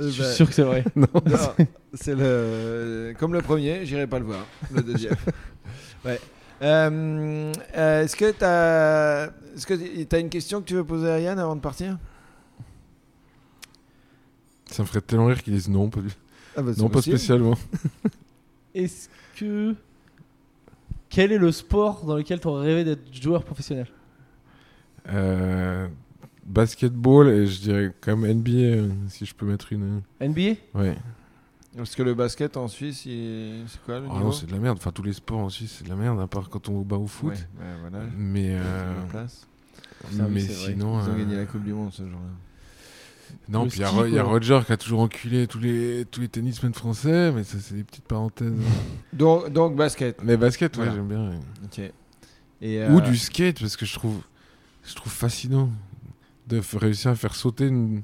[SPEAKER 3] Je suis sûr que c'est
[SPEAKER 1] *laughs*
[SPEAKER 3] vrai.
[SPEAKER 2] Euh, ben, C'est le... Comme le premier, j'irai pas le voir. Le deuxième.
[SPEAKER 3] *laughs*
[SPEAKER 2] ouais. Euh, euh, Est-ce que t'as est-ce que t'as une question que tu veux poser à Yann avant de partir
[SPEAKER 1] Ça me ferait tellement rire qu'ils disent non, pas, du-
[SPEAKER 2] Ah bah, c'est
[SPEAKER 1] non, pas
[SPEAKER 2] possible.
[SPEAKER 1] spécialement.
[SPEAKER 3] Est-ce que. Quel est le sport dans lequel tu aurais rêvé d'être joueur professionnel
[SPEAKER 1] Euh, basketball, et je dirais quand même NBA, euh, si je peux mettre une.
[SPEAKER 3] NBA
[SPEAKER 1] Ouais.
[SPEAKER 2] Parce que le basket en Suisse, il- c'est quoi le
[SPEAKER 1] Ah
[SPEAKER 2] niveau
[SPEAKER 1] non, c'est de la merde. Enfin, tous les sports en Suisse, c'est de la merde, à part quand on bat au foot.
[SPEAKER 2] Ouais, Ah ouais, voilà.
[SPEAKER 1] Mais,
[SPEAKER 2] Ils ont
[SPEAKER 1] euh,
[SPEAKER 2] la place.
[SPEAKER 3] Ça, oui,
[SPEAKER 1] mais
[SPEAKER 3] c'est vrai.
[SPEAKER 1] sinon.
[SPEAKER 2] Ils ont
[SPEAKER 1] euh,
[SPEAKER 2] gagné la Coupe du Monde ce jour-là.
[SPEAKER 1] Non,
[SPEAKER 3] Le
[SPEAKER 1] puis il y a
[SPEAKER 3] ski,
[SPEAKER 1] Ro- il y, a
[SPEAKER 3] quoi.
[SPEAKER 1] Roger qui a toujours enculé tous les, tous les tennismen français, mais ça, c'est des petites parenthèses.
[SPEAKER 2] *laughs* Donc, donc basket.
[SPEAKER 1] mais basket, ouais,
[SPEAKER 2] Voilà.
[SPEAKER 1] j'aime bien.
[SPEAKER 2] Ok. Et,
[SPEAKER 1] Ou
[SPEAKER 2] euh,
[SPEAKER 1] du skate, parce que je trouve, je trouve fascinant de f- réussir à faire sauter une,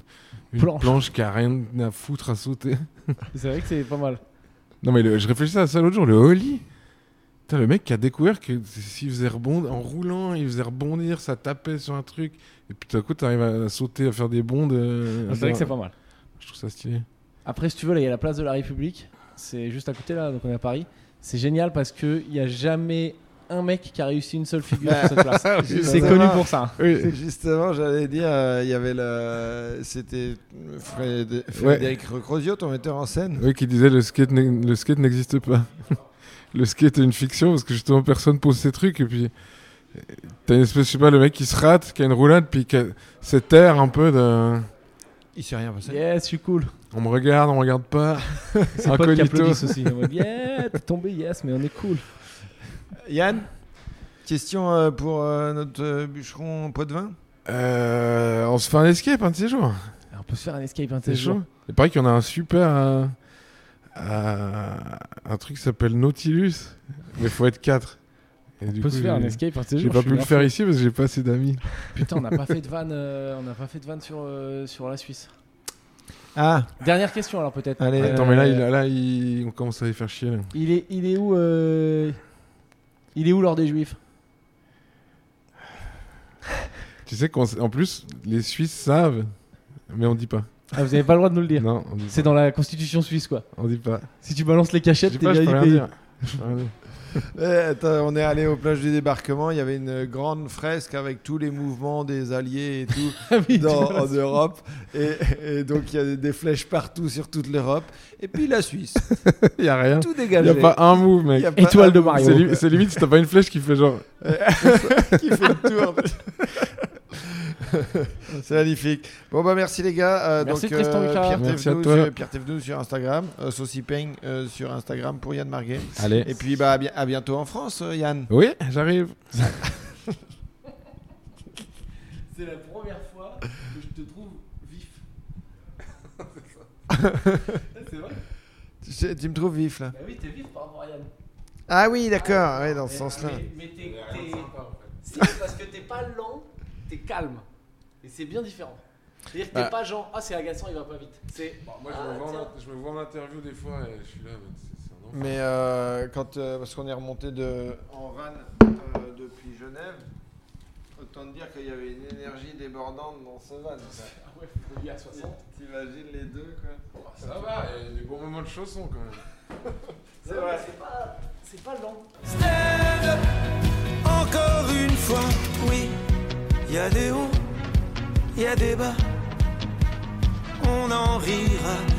[SPEAKER 1] une
[SPEAKER 3] Planche.
[SPEAKER 1] planche. qui a rien à foutre à sauter. *laughs*
[SPEAKER 3] C'est vrai que c'est pas mal.
[SPEAKER 1] Non, mais le- je réfléchissais à ça l'autre jour, le holly. Putain, le mec qui a découvert que s'il faisait rebondir, en roulant, il faisait rebondir, ça tapait sur un truc, et puis tout à coup, t'arrives à, à sauter, à faire des bondes. euh,
[SPEAKER 3] Ah, C'est vrai que c'est pas mal.
[SPEAKER 1] Je trouve ça stylé.
[SPEAKER 3] Après, si tu veux, là, il y a la place de la République. C'est juste à côté, là, donc on est à Paris. C'est génial parce qu'il n'y a jamais un mec qui a réussi une seule figure sur
[SPEAKER 1] *laughs*
[SPEAKER 3] cette place. C'est
[SPEAKER 2] Ah, ça
[SPEAKER 3] connu
[SPEAKER 2] va.
[SPEAKER 3] pour ça.
[SPEAKER 2] C'est que Justement, j'allais dire, euh, il y avait le. C'était Fréd- Frédéric Recrozio, ton metteur en scène.
[SPEAKER 1] Oui, qui disait le skate, n'e- le skate n'existe pas. *laughs* le skate est une fiction parce que justement personne pose ces trucs et puis euh, t'as une espèce, je sais pas, le mec qui se rate, qui a une roulade, puis qui a cette air un peu de.
[SPEAKER 2] Il s'est rien passé.
[SPEAKER 3] Yes, je suis cool.
[SPEAKER 1] On me regarde, on me regarde pas.
[SPEAKER 3] C'est pas qui applaudissent aussi. En mode, Yeah, t'es tombé, yes, mais on est cool.
[SPEAKER 2] Yann, question euh, pour euh, notre euh, bûcheron poids de vin.
[SPEAKER 1] Euh, on se fait un escape un de ces jours.
[SPEAKER 3] Alors, on peut se faire un escape hein, un de ces
[SPEAKER 1] C'est chaud.
[SPEAKER 3] jours.
[SPEAKER 1] Il paraît qu'il y en a un super. euh, euh, un truc qui s'appelle Nautilus. Mais faut être 4.
[SPEAKER 3] On peut se faire un escape un de ces
[SPEAKER 1] J'ai
[SPEAKER 3] jours.
[SPEAKER 1] pas
[SPEAKER 3] je
[SPEAKER 1] pu le
[SPEAKER 3] suis
[SPEAKER 1] faire ici parce que j'ai pas assez d'amis.
[SPEAKER 3] là. Putain, on n'a
[SPEAKER 1] *laughs*
[SPEAKER 3] pas fait de van, euh, on n'a pas fait de van sur, euh, sur la Suisse.
[SPEAKER 2] Ah,
[SPEAKER 3] Dernière question, alors peut-être.
[SPEAKER 2] Allez.
[SPEAKER 3] Euh,
[SPEAKER 1] Attends, mais là, il, là il- on commence à les faire chier. Là.
[SPEAKER 3] il est, il est où euh, Il est où l'or des Juifs
[SPEAKER 1] Tu sais qu'en en plus, les Suisses savent, mais on dit pas.
[SPEAKER 3] Ah, Vous n'avez pas le droit de nous le dire.
[SPEAKER 1] Non, on dit
[SPEAKER 3] C'est
[SPEAKER 1] pas.
[SPEAKER 3] dans la constitution suisse, quoi.
[SPEAKER 1] On dit pas.
[SPEAKER 3] Si tu balances les
[SPEAKER 1] Je
[SPEAKER 3] cachettes,
[SPEAKER 1] dis
[SPEAKER 3] t'es
[SPEAKER 1] pas, je
[SPEAKER 3] gagné
[SPEAKER 1] peux rien
[SPEAKER 3] pays.
[SPEAKER 1] dire. Je peux rien dire. *laughs*
[SPEAKER 2] Eh, attends, on est allé aux plages du débarquement, il y avait une grande fresque avec tous les mouvements des alliés *laughs* et tout
[SPEAKER 3] Ah oui, tu
[SPEAKER 2] dans-
[SPEAKER 3] vois,
[SPEAKER 2] en Europe. Et, et donc il y a des flèches partout sur toute l'europe. Et puis la Suisse,
[SPEAKER 1] Il y a rien.
[SPEAKER 2] tout
[SPEAKER 1] Il y
[SPEAKER 2] dégagé.
[SPEAKER 1] a pas un move,
[SPEAKER 2] Il
[SPEAKER 1] mec.
[SPEAKER 2] y a pas
[SPEAKER 3] Étoile de
[SPEAKER 2] un-
[SPEAKER 3] Mario.
[SPEAKER 1] C'est li- c'est limite si t'as pas une flèche qui fait genre.
[SPEAKER 2] qui fait le tour. *laughs* C'est magnifique. Bon bah merci les gars. Euh,
[SPEAKER 3] Merci,
[SPEAKER 2] donc,
[SPEAKER 3] Tristan
[SPEAKER 2] euh,
[SPEAKER 3] Lucas.
[SPEAKER 2] Pierre
[SPEAKER 1] Merci
[SPEAKER 2] Thévenou
[SPEAKER 1] à toi.
[SPEAKER 2] sur- Pierre Thévenou sur Instagram, euh, Saucy Peng, euh, sur Instagram pour Yann Marguet.
[SPEAKER 1] Allez.
[SPEAKER 2] Et puis bah à, bi- à bientôt en France, euh, Yann.
[SPEAKER 1] Oui, j'arrive.
[SPEAKER 3] C'est la première fois que je te trouve vif.
[SPEAKER 1] *laughs*
[SPEAKER 3] C'est vrai
[SPEAKER 2] Tu, sais, tu me trouves vif là.
[SPEAKER 3] Bah oui, t'es vif par rapport à Yann.
[SPEAKER 2] Ah oui, d'accord, ouais, dans ce sens-là.
[SPEAKER 3] Mais, t'es. Si, mais parce que t'es pas lent, t'es calme. Et c'est bien différent. C'est-à-dire que t'es
[SPEAKER 2] Bah.
[SPEAKER 3] pas genre, ah c'est agaçant, il va pas vite. C'est.
[SPEAKER 1] moi,
[SPEAKER 3] je me vois en int-
[SPEAKER 1] je me vois en interview des fois et je suis là, c'est
[SPEAKER 2] Mais euh, quand euh, parce qu'on est remonté de en van euh, depuis Genève, autant te dire qu'il y avait une énergie débordante dans ce van.
[SPEAKER 3] Ah
[SPEAKER 2] *laughs*
[SPEAKER 3] ouais, faut le dire à 60.
[SPEAKER 2] T'imagines les deux quoi.
[SPEAKER 1] Ça va, il y a des bons moments de chausson quand même.
[SPEAKER 2] C'est vrai.
[SPEAKER 3] C'est pas, c'est pas lent.
[SPEAKER 4] Stand up, encore une fois, oui. Y a des hauts, y a des bas. On en rira